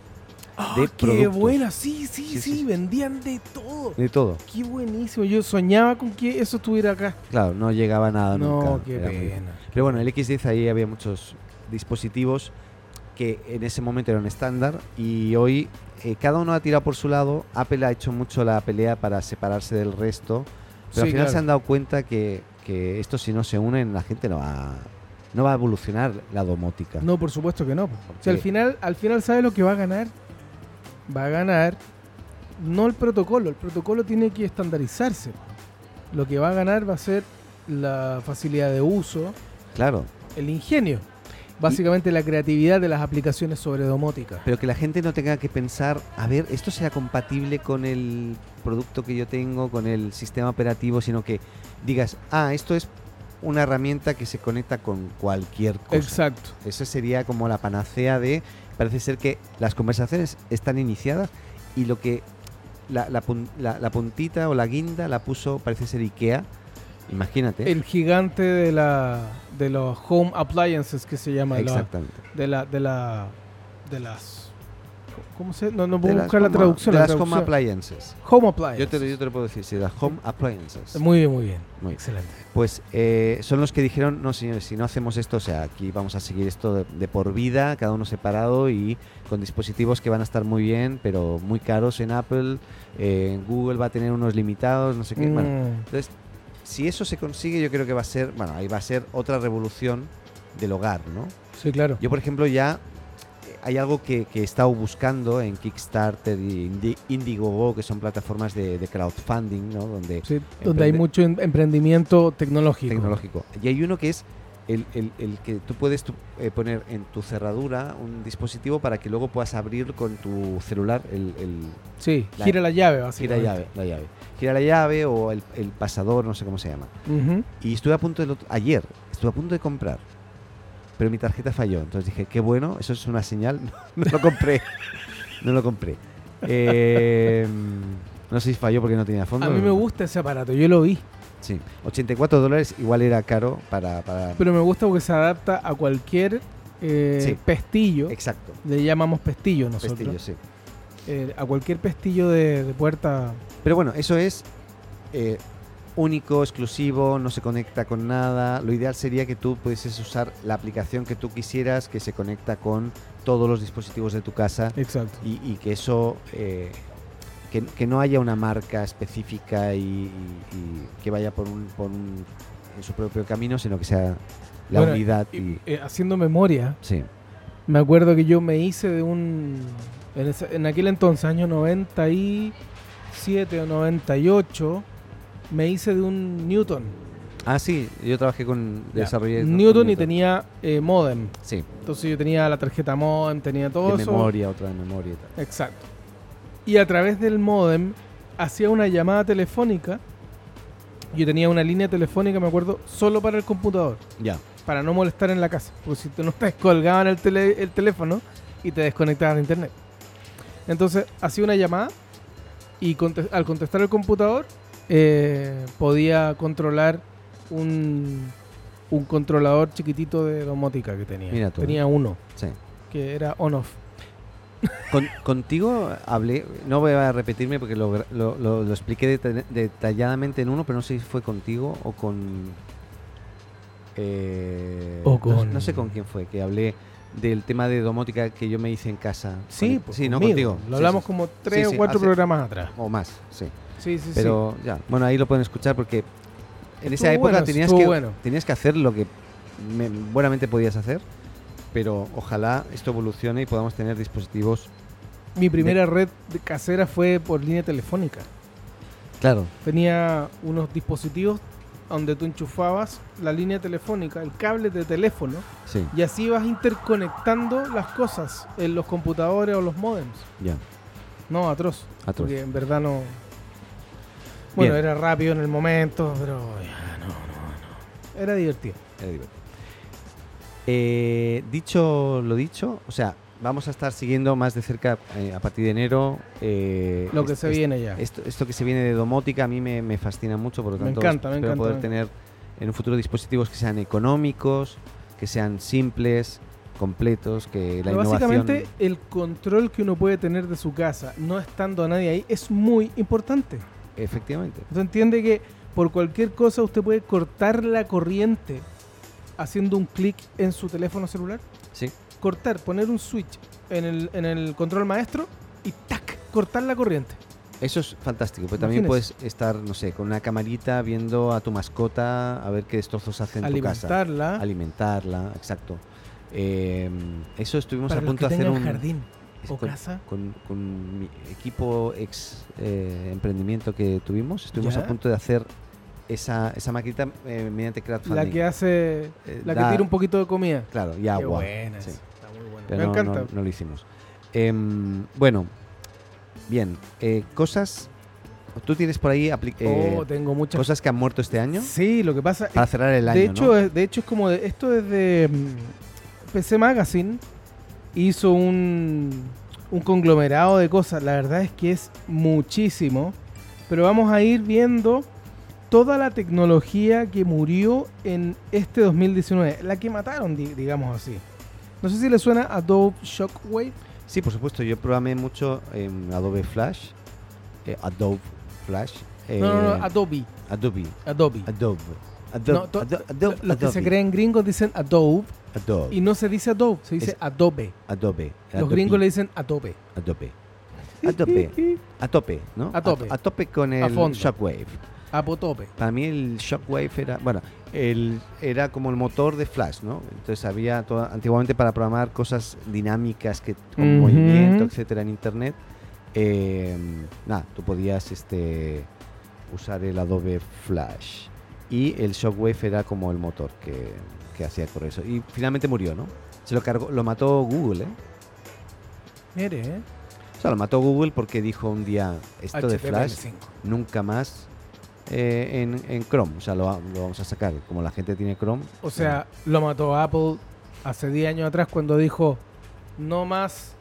Speaker 2: de
Speaker 1: Ah, qué
Speaker 2: productos.
Speaker 1: buena, sí, sí, sí,
Speaker 2: Sí, sí, sí.
Speaker 1: vendían de todo.
Speaker 2: De todo.
Speaker 1: Qué buenísimo, yo soñaba con que eso estuviera acá.
Speaker 2: Claro, Ah, no llegaba nada nunca.
Speaker 1: no, qué
Speaker 2: Era muy-
Speaker 1: pena.
Speaker 2: Pero bueno, el X10 ahí había muchos dispositivos que en ese momento eran estándar y hoy eh, cada uno ha tirado por su lado. Apple ha hecho mucho la pelea para separarse del resto, pero al
Speaker 1: Sí,
Speaker 2: final
Speaker 1: claro.
Speaker 2: se han dado cuenta que, que esto si no se unen la gente no va, no va a evolucionar la domótica.
Speaker 1: No, por supuesto que no. po.
Speaker 2: Porque-
Speaker 1: Si al final, al final sabes lo que va a ganar, va a ganar no el protocolo, el protocolo tiene que estandarizarse. Lo que va a ganar va a ser la facilidad de uso,
Speaker 2: Claro,
Speaker 1: el ingenio, básicamente la creatividad de las aplicaciones sobre domótica.
Speaker 2: pero que la gente no tenga que pensar, a ver, esto será compatible con el producto que yo tengo, con el sistema operativo, sino que digas, ah, esto es una herramienta que se conecta con cualquier cosa.
Speaker 1: Exacto.
Speaker 2: Eso sería como la panacea de. Parece ser que las conversaciones están iniciadas y lo que. La, la pun- la- la puntita o la guinda la puso, parece ser IKEA. Imagínate.
Speaker 1: El gigante de la de los home appliances que se llama, de la-
Speaker 2: Exactamente.
Speaker 1: de la de la de las ¿Cómo se? No, no
Speaker 2: De
Speaker 1: puedo
Speaker 2: las
Speaker 1: buscar la
Speaker 2: home-
Speaker 1: traducción.
Speaker 2: de
Speaker 1: la
Speaker 2: las home
Speaker 1: traducción.
Speaker 2: appliances.
Speaker 1: Home appliances.
Speaker 2: Yo te, yo te lo puedo decir, sí, las home appliances.
Speaker 1: Muy bien, muy bien.
Speaker 2: Muy bien.
Speaker 1: Excelente.
Speaker 2: Pues eh, son los que dijeron, no señores, si no hacemos esto, o sea, aquí vamos a seguir esto de, de por vida, cada uno separado y con dispositivos que van a estar muy bien, pero muy caros en Apple, eh, en Google va a tener unos limitados, no sé qué. Bueno,
Speaker 1: Mm,
Speaker 2: Entonces, si eso se consigue, yo creo que va a ser, bueno, ahí va a ser otra revolución del hogar, ¿no?
Speaker 1: sí, claro.
Speaker 2: Yo, por ejemplo, ya eh, hay algo que, que he estado buscando en Kickstarter y Indi- Indiegogo, que son plataformas de, de crowdfunding, ¿no? Donde
Speaker 1: Sí, donde hay
Speaker 2: emprende-
Speaker 1: mucho em- emprendimiento tecnológico.
Speaker 2: tecnológico. Y hay uno que es el, el- el que tú puedes tu- eh, poner en tu cerradura un dispositivo para que luego puedas abrir con tu celular el, el-
Speaker 1: Sí,
Speaker 2: La-
Speaker 1: gira la llave,
Speaker 2: gira
Speaker 1: básicamente.
Speaker 2: llave, la llave. Gira la llave o el, el pasador, no sé cómo se llama.
Speaker 1: Ujú.
Speaker 2: Y estuve a punto de, ayer, estuve a punto de comprar. Pero mi tarjeta falló. Entonces dije, qué bueno, eso es una señal. No, lo compré. No lo compré. Eh, no sé si falló porque no tenía fondo.
Speaker 1: A mí me gusta ese aparato, yo lo vi.
Speaker 2: Sí. 84 dólares igual era caro para... para-
Speaker 1: Pero me gusta porque se adapta a cualquier eh,
Speaker 2: Sí.
Speaker 1: pestillo.
Speaker 2: Exacto.
Speaker 1: Le llamamos pestillo nosotros.
Speaker 2: Pestillo, sí.
Speaker 1: Eh, a cualquier pestillo de, de puerta.
Speaker 2: Pero bueno, eso es eh, único, exclusivo, no se conecta con nada. Lo ideal sería que tú pudieses usar la aplicación que tú quisieras, que se conecta con todos los dispositivos de tu casa
Speaker 1: Exacto.
Speaker 2: y, y que eso eh, que, que no haya una marca específica y, y- y que vaya por un, por un- en su propio camino sino que sea la
Speaker 1: Bueno,
Speaker 2: unidad y,
Speaker 1: Y, eh, haciendo memoria,
Speaker 2: sí
Speaker 1: me acuerdo que yo me hice de un. En, ese- en aquel entonces, año 97 o 98, me hice de un Newton.
Speaker 2: ah sí yo trabajé con
Speaker 1: Ya.
Speaker 2: desarrollé con
Speaker 1: Newton y tenía eh, modem.
Speaker 2: sí
Speaker 1: Entonces yo tenía la tarjeta modem, tenía todo
Speaker 2: de
Speaker 1: eso.
Speaker 2: memoria otra de memoria y tal.
Speaker 1: Exacto. Y a través del modem hacía una llamada telefónica. Yo tenía una línea telefónica, me acuerdo, solo para el computador,
Speaker 2: ya
Speaker 1: para no molestar en la casa. Porque si te no te colgaban el, tele- el teléfono y te desconectabas de internet. Entonces hacía una llamada y conte- al contestar el computador eh, podía controlar un, un controlador chiquitito de domótica que tenía.
Speaker 2: Mira tú.
Speaker 1: tenía uno,
Speaker 2: sí
Speaker 1: que era on-off.
Speaker 2: Con- contigo hablé, no voy a repetirme porque lo, gra- lo- lo- lo expliqué deta- detalladamente en uno, pero no sé si fue contigo o con... eh,
Speaker 1: O
Speaker 2: no-
Speaker 1: con-
Speaker 2: No, sé con quién fue, que hablé del tema de domótica que yo me hice en casa.
Speaker 1: Sí,
Speaker 2: Con-
Speaker 1: pues,
Speaker 2: sí no
Speaker 1: conmigo.
Speaker 2: contigo.
Speaker 1: Lo
Speaker 2: Sí,
Speaker 1: hablamos
Speaker 2: sí,
Speaker 1: como tres
Speaker 2: sí,
Speaker 1: o cuatro
Speaker 2: hace-
Speaker 1: programas atrás.
Speaker 2: sí. O más, sí.
Speaker 1: Sí, sí,
Speaker 2: Pero ya, bueno, ahí lo pueden escuchar porque en esa
Speaker 1: Estuvo
Speaker 2: época
Speaker 1: bueno,
Speaker 2: tenías,
Speaker 1: estuvo
Speaker 2: que,
Speaker 1: bueno.
Speaker 2: tenías que hacer lo que me- buenamente podías hacer, pero ojalá esto evolucione y podamos tener dispositivos...
Speaker 1: sí. Mi primera red de- casera fue por línea telefónica.
Speaker 2: Claro,
Speaker 1: Tenía unos dispositivos donde tú enchufabas la línea telefónica, el cable de teléfono,
Speaker 2: sí,
Speaker 1: y así vas interconectando las cosas en los computadores o los modems.
Speaker 2: ya.
Speaker 1: No, atroz.
Speaker 2: Atroz.
Speaker 1: Porque en verdad no. Bueno,
Speaker 2: Bien.
Speaker 1: era rápido en el momento, pero ya, no, no, no. Era divertido.
Speaker 2: Era divertido. Eh, dicho lo dicho, o sea, vamos a estar siguiendo más de cerca eh, a partir de enero. eh,
Speaker 1: Lo que
Speaker 2: est-
Speaker 1: se
Speaker 2: est-
Speaker 1: viene ya.
Speaker 2: Esto, esto que se viene de domótica a mí me, me fascina mucho, por lo
Speaker 1: Me
Speaker 2: tanto
Speaker 1: encanta, me
Speaker 2: espero
Speaker 1: encanta,
Speaker 2: poder
Speaker 1: me-
Speaker 2: tener en un futuro dispositivos que sean económicos, que sean simples, completos, que la
Speaker 1: Pero
Speaker 2: innovación...
Speaker 1: básicamente el control que uno puede tener de su casa, no estando a nadie ahí, es muy importante.
Speaker 2: Efectivamente.
Speaker 1: Usted entiende que por cualquier cosa usted puede cortar la corriente haciendo un clic en su teléfono celular.
Speaker 2: Sí.
Speaker 1: Cortar, poner un switch en el, en el control maestro y ¡tac! Cortar la corriente.
Speaker 2: Eso es fantástico, pero también
Speaker 1: Imagínese.
Speaker 2: puedes estar, no sé, con una camarita viendo a tu mascota, a ver qué destrozos hace en tu casa.
Speaker 1: Alimentarla.
Speaker 2: Alimentarla, exacto. Eh, eso estuvimos
Speaker 1: para
Speaker 2: a
Speaker 1: los
Speaker 2: punto
Speaker 1: que
Speaker 2: de hacer
Speaker 1: tengan
Speaker 2: un...
Speaker 1: jardín o
Speaker 2: con,
Speaker 1: casa.
Speaker 2: con- con mi equipo ex eh, emprendimiento que tuvimos, estuvimos
Speaker 1: Ya.
Speaker 2: a punto de hacer esa, esa maquinita eh, mediante crowdfunding.
Speaker 1: La que hace.
Speaker 2: Eh,
Speaker 1: La
Speaker 2: da-
Speaker 1: que tira un poquito de comida.
Speaker 2: Claro, y
Speaker 1: Qué
Speaker 2: agua.
Speaker 1: buena.
Speaker 2: sí.
Speaker 1: esa, Está muy buena.
Speaker 2: Pero
Speaker 1: Me
Speaker 2: no,
Speaker 1: encanta.
Speaker 2: No, no lo hicimos. Em, bueno, bien. eh, cosas. Tú tienes por ahí apli- eh,
Speaker 1: oh, tengo muchas
Speaker 2: cosas que han muerto este año
Speaker 1: Sí, lo que pasa es
Speaker 2: para cerrar el año.
Speaker 1: de
Speaker 2: ¿no?
Speaker 1: hecho, es, de hecho es como de- esto es de mm, PC Magazine hizo un un conglomerado de cosas, la verdad es que es muchísimo, pero vamos a ir viendo toda la tecnología que murió en este 2019, la que mataron, di- digamos así. No sé si le suena Adobe Shockwave.
Speaker 2: Sí, por supuesto. Yo programé mucho en Adobe Flash. eh, Adobe Flash. eh,
Speaker 1: no, no, no, Adobe,
Speaker 2: Adobe.
Speaker 1: Adobe.
Speaker 2: Adobe. Adobe.
Speaker 1: No, to-
Speaker 2: Ado- Adobe.
Speaker 1: Los que se
Speaker 2: Adobe.
Speaker 1: creen gringos dicen Adobe
Speaker 2: Adobe.
Speaker 1: y no se dice Adobe, se dice
Speaker 2: Es-
Speaker 1: Adobe.
Speaker 2: Adobe.
Speaker 1: Los
Speaker 2: Adobe.
Speaker 1: gringos le dicen Adobe.
Speaker 2: Adobe. Adobe. A tope, ¿no?
Speaker 1: A tope.
Speaker 2: A, tope con el
Speaker 1: fondo.
Speaker 2: Shockwave.
Speaker 1: Apotope.
Speaker 2: Para mí el Shockwave era, bueno, el, era como el motor de Flash, ¿no? Entonces había toda- antiguamente para programar cosas dinámicas que con
Speaker 1: Ujú.
Speaker 2: movimiento, etcétera, en internet. eh, nada, tú podías este usar el Adobe Flash y el Shockwave era como el motor que, que hacía correr eso. Y finalmente murió, ¿no? Se lo cargó, lo mató Google, ¿eh?
Speaker 1: Mire, ¿eh?
Speaker 2: O sea, lo mató Google porque dijo un día esto de Flash
Speaker 1: HTML5.
Speaker 2: nunca más eh, en, en Chrome. O sea, lo, va- lo vamos a sacar. Como la gente tiene Chrome.
Speaker 1: O sea, lo mató Apple hace 10 años atrás cuando dijo no más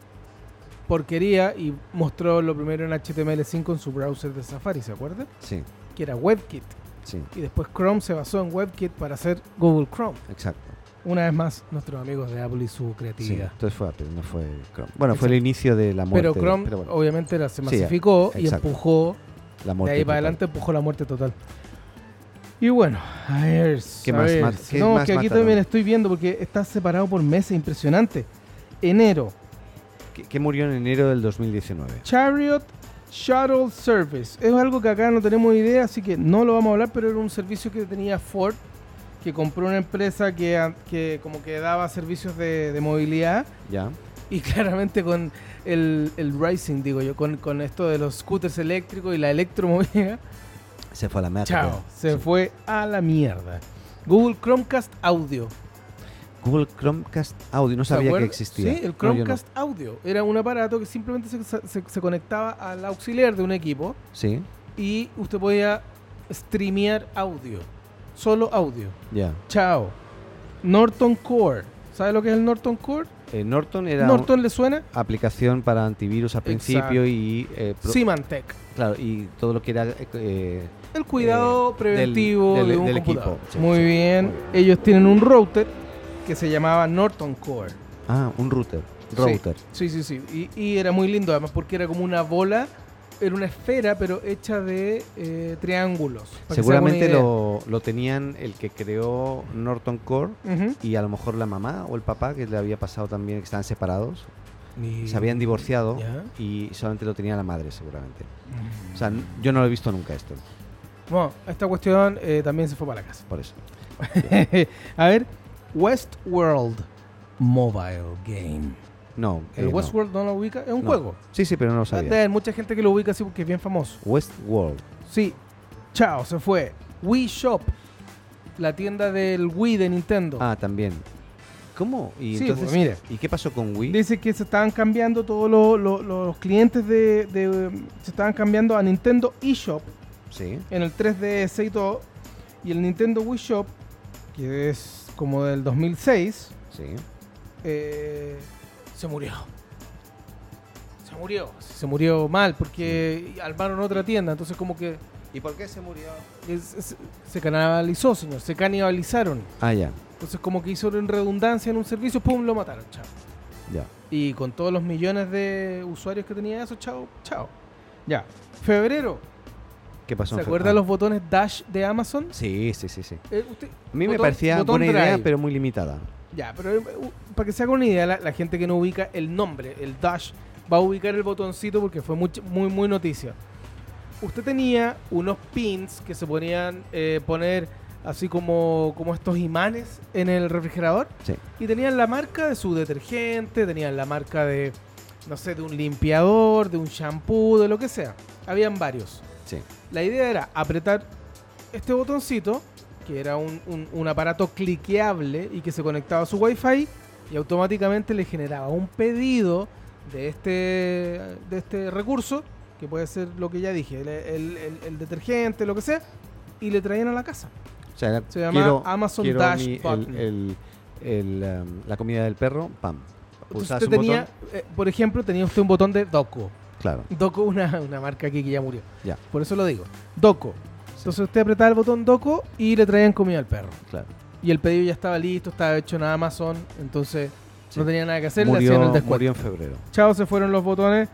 Speaker 1: porquería y mostró lo primero en HTML5 en su browser de Safari, ¿se acuerdan?
Speaker 2: Sí,
Speaker 1: Que era WebKit.
Speaker 2: sí,
Speaker 1: Y después Chrome se basó en WebKit para hacer Google Chrome.
Speaker 2: exacto.
Speaker 1: Una vez más, nuestros amigos de Apple y su
Speaker 2: Sí,
Speaker 1: creatividad.
Speaker 2: entonces fue Apple, no fue Chrome. Bueno, fue el inicio de la muerte.
Speaker 1: Pero Chrome
Speaker 2: pero bueno,
Speaker 1: obviamente la- se
Speaker 2: Sí,
Speaker 1: masificó y
Speaker 2: exacto.
Speaker 1: empujó,
Speaker 2: la
Speaker 1: de
Speaker 2: muerte
Speaker 1: ahí para
Speaker 2: total.
Speaker 1: adelante empujó la muerte total. Y bueno, a ver.
Speaker 2: ¿Qué
Speaker 1: a
Speaker 2: más
Speaker 1: ver.
Speaker 2: mat- qué
Speaker 1: no,
Speaker 2: más
Speaker 1: que aquí
Speaker 2: mataron?
Speaker 1: también estoy viendo porque está separado por meses, impresionante. Enero,
Speaker 2: ¿Qué, qué murió en enero del 2019?
Speaker 1: Chariot Shuttle Service. Es algo que acá no tenemos idea, así que no lo vamos a hablar, pero era un servicio que tenía Ford, que compró una empresa que, a- que como que daba servicios de, de movilidad.
Speaker 2: Ya.
Speaker 1: Y claramente con el, el Racing, digo yo, con, con esto de los scooters eléctricos y la electromovilidad,
Speaker 2: Se fue a la mierda.
Speaker 1: chao, se
Speaker 2: Sí.
Speaker 1: fue a la mierda. Google Chromecast Audio.
Speaker 2: Google Chromecast Audio. No
Speaker 1: ¿Se
Speaker 2: sabía que
Speaker 1: acuerdan?
Speaker 2: existía.
Speaker 1: Sí,
Speaker 2: No,
Speaker 1: el
Speaker 2: yo no.
Speaker 1: Chromecast Audio. Era un aparato que simplemente se, se- se conectaba al auxiliar de un equipo
Speaker 2: Sí,
Speaker 1: y usted podía streamear audio. Solo audio.
Speaker 2: ya.
Speaker 1: Chao. Norton Core. ¿Sabe lo que es el Norton Core?
Speaker 2: Eh, Norton era
Speaker 1: ¿Norton le suena?
Speaker 2: una aplicación para antivirus al principio
Speaker 1: Exacto.
Speaker 2: y, eh, pro-
Speaker 1: Symantec.
Speaker 2: claro, y todo lo que era eh, eh,
Speaker 1: El cuidado
Speaker 2: Eh,
Speaker 1: preventivo
Speaker 2: del- del-
Speaker 1: de un
Speaker 2: del
Speaker 1: computador.
Speaker 2: equipo. Sí,
Speaker 1: muy,
Speaker 2: sí,
Speaker 1: bien.
Speaker 2: muy bien.
Speaker 1: Ellos tienen un router que se llamaba Norton Core.
Speaker 2: Ah, un router.
Speaker 1: Sí.
Speaker 2: Router.
Speaker 1: Sí, sí, sí. Y, y era muy lindo además porque era como una bola, era una esfera, pero hecha de eh, triángulos. para que se haga una
Speaker 2: Seguramente
Speaker 1: idea.
Speaker 2: lo, lo tenían el que creó Norton Core
Speaker 1: Ujú.
Speaker 2: y a lo mejor la mamá o el papá que le había pasado también que estaban separados,
Speaker 1: Ni-
Speaker 2: se habían divorciado
Speaker 1: Ya. Mm.
Speaker 2: y solamente lo tenía la madre seguramente. O sea, n- yo no lo he visto nunca esto,
Speaker 1: Bueno, esta cuestión eh, también se fue para la casa.
Speaker 2: por eso.
Speaker 1: A ver, Westworld Mobile Game.
Speaker 2: No. eh,
Speaker 1: El
Speaker 2: no.
Speaker 1: Westworld no lo ubica, es un
Speaker 2: No.
Speaker 1: juego.
Speaker 2: Sí, sí, pero no lo
Speaker 1: Debe
Speaker 2: sabía.
Speaker 1: haber mucha gente que lo ubica así porque es bien famoso.
Speaker 2: Westworld.
Speaker 1: Sí, chao, se fue. Wii Shop, la tienda del Wii de Nintendo.
Speaker 2: Ah, también. ¿Cómo? Y
Speaker 1: Oh. Sí,
Speaker 2: entonces,
Speaker 1: pues, mire.
Speaker 2: ¿y qué pasó con Wii?
Speaker 1: Dice que se estaban cambiando todos los, los- los clientes de, de- Se estaban cambiando a Nintendo eShop
Speaker 2: Sí.
Speaker 1: en el 3DS y todo. Y el Nintendo Wii Shop, que es como del 2006,
Speaker 2: Sí.
Speaker 1: eh, se murió. Se murió. Se murió mal porque armaron otra tienda. Entonces, como que
Speaker 2: ¿Y por qué se murió?
Speaker 1: es- es- se canibalizó, señor. Se canibalizaron.
Speaker 2: Ah, ya.
Speaker 1: Entonces, como que hizo en redundancia en un servicio, ¡pum! lo mataron, chao.
Speaker 2: Ya.
Speaker 1: Y con todos los millones de usuarios que tenía eso, chao, chao. Ya. Febrero.
Speaker 2: ¿Qué pasó?
Speaker 1: ¿Se
Speaker 2: en fe-
Speaker 1: acuerdan
Speaker 2: ah.
Speaker 1: los botones Dash de Amazon?
Speaker 2: Sí, sí, sí, sí.
Speaker 1: Eh, usted-
Speaker 2: A mí me
Speaker 1: botón-
Speaker 2: parecía
Speaker 1: botón
Speaker 2: buena idea,
Speaker 1: drive.
Speaker 2: pero muy limitada.
Speaker 1: Ya, pero eh, u- para que se haga una idea, la, la gente que no ubica el nombre, el dash, va a ubicar el botoncito porque fue much- muy, muy noticia. Usted tenía unos pins que se ponían eh, poner así como, como estos imanes en el refrigerador
Speaker 2: Sí.
Speaker 1: y tenían la marca de su detergente, tenían la marca de, no sé, de un limpiador, de un shampoo, de lo que sea. Habían varios.
Speaker 2: Sí.
Speaker 1: La idea era apretar este botoncito, que era un, un- un aparato cliqueable y que se conectaba a su Wi-Fi y automáticamente le generaba un pedido de este, de este recurso, que puede ser lo que ya dije, el, el- el- el detergente, lo que sea, y le traían a la casa.
Speaker 2: O sea, era-
Speaker 1: Se llama
Speaker 2: quiero-
Speaker 1: Amazon
Speaker 2: quiero
Speaker 1: Dash
Speaker 2: mi- el-
Speaker 1: Button.
Speaker 2: el- el, em, la comida del perro, pam.
Speaker 1: Entonces
Speaker 2: Pulsabas
Speaker 1: usted
Speaker 2: un
Speaker 1: tenía,
Speaker 2: botón.
Speaker 1: eh, por ejemplo, tenía usted un botón de Doco.
Speaker 2: Claro.
Speaker 1: Doco, una, una marca aquí que ya murió.
Speaker 2: Ya.
Speaker 1: Por eso lo digo. Doco. Entonces usted apretaba el botón Doco y le traían comida al perro.
Speaker 2: Claro.
Speaker 1: Y el pedido ya estaba listo, estaba hecho en Amazon, entonces
Speaker 2: Sí.
Speaker 1: no tenía nada que hacer, le hacían el
Speaker 2: Murió,
Speaker 1: descuento.
Speaker 2: murió en febrero.
Speaker 1: Chao, se fueron los botones,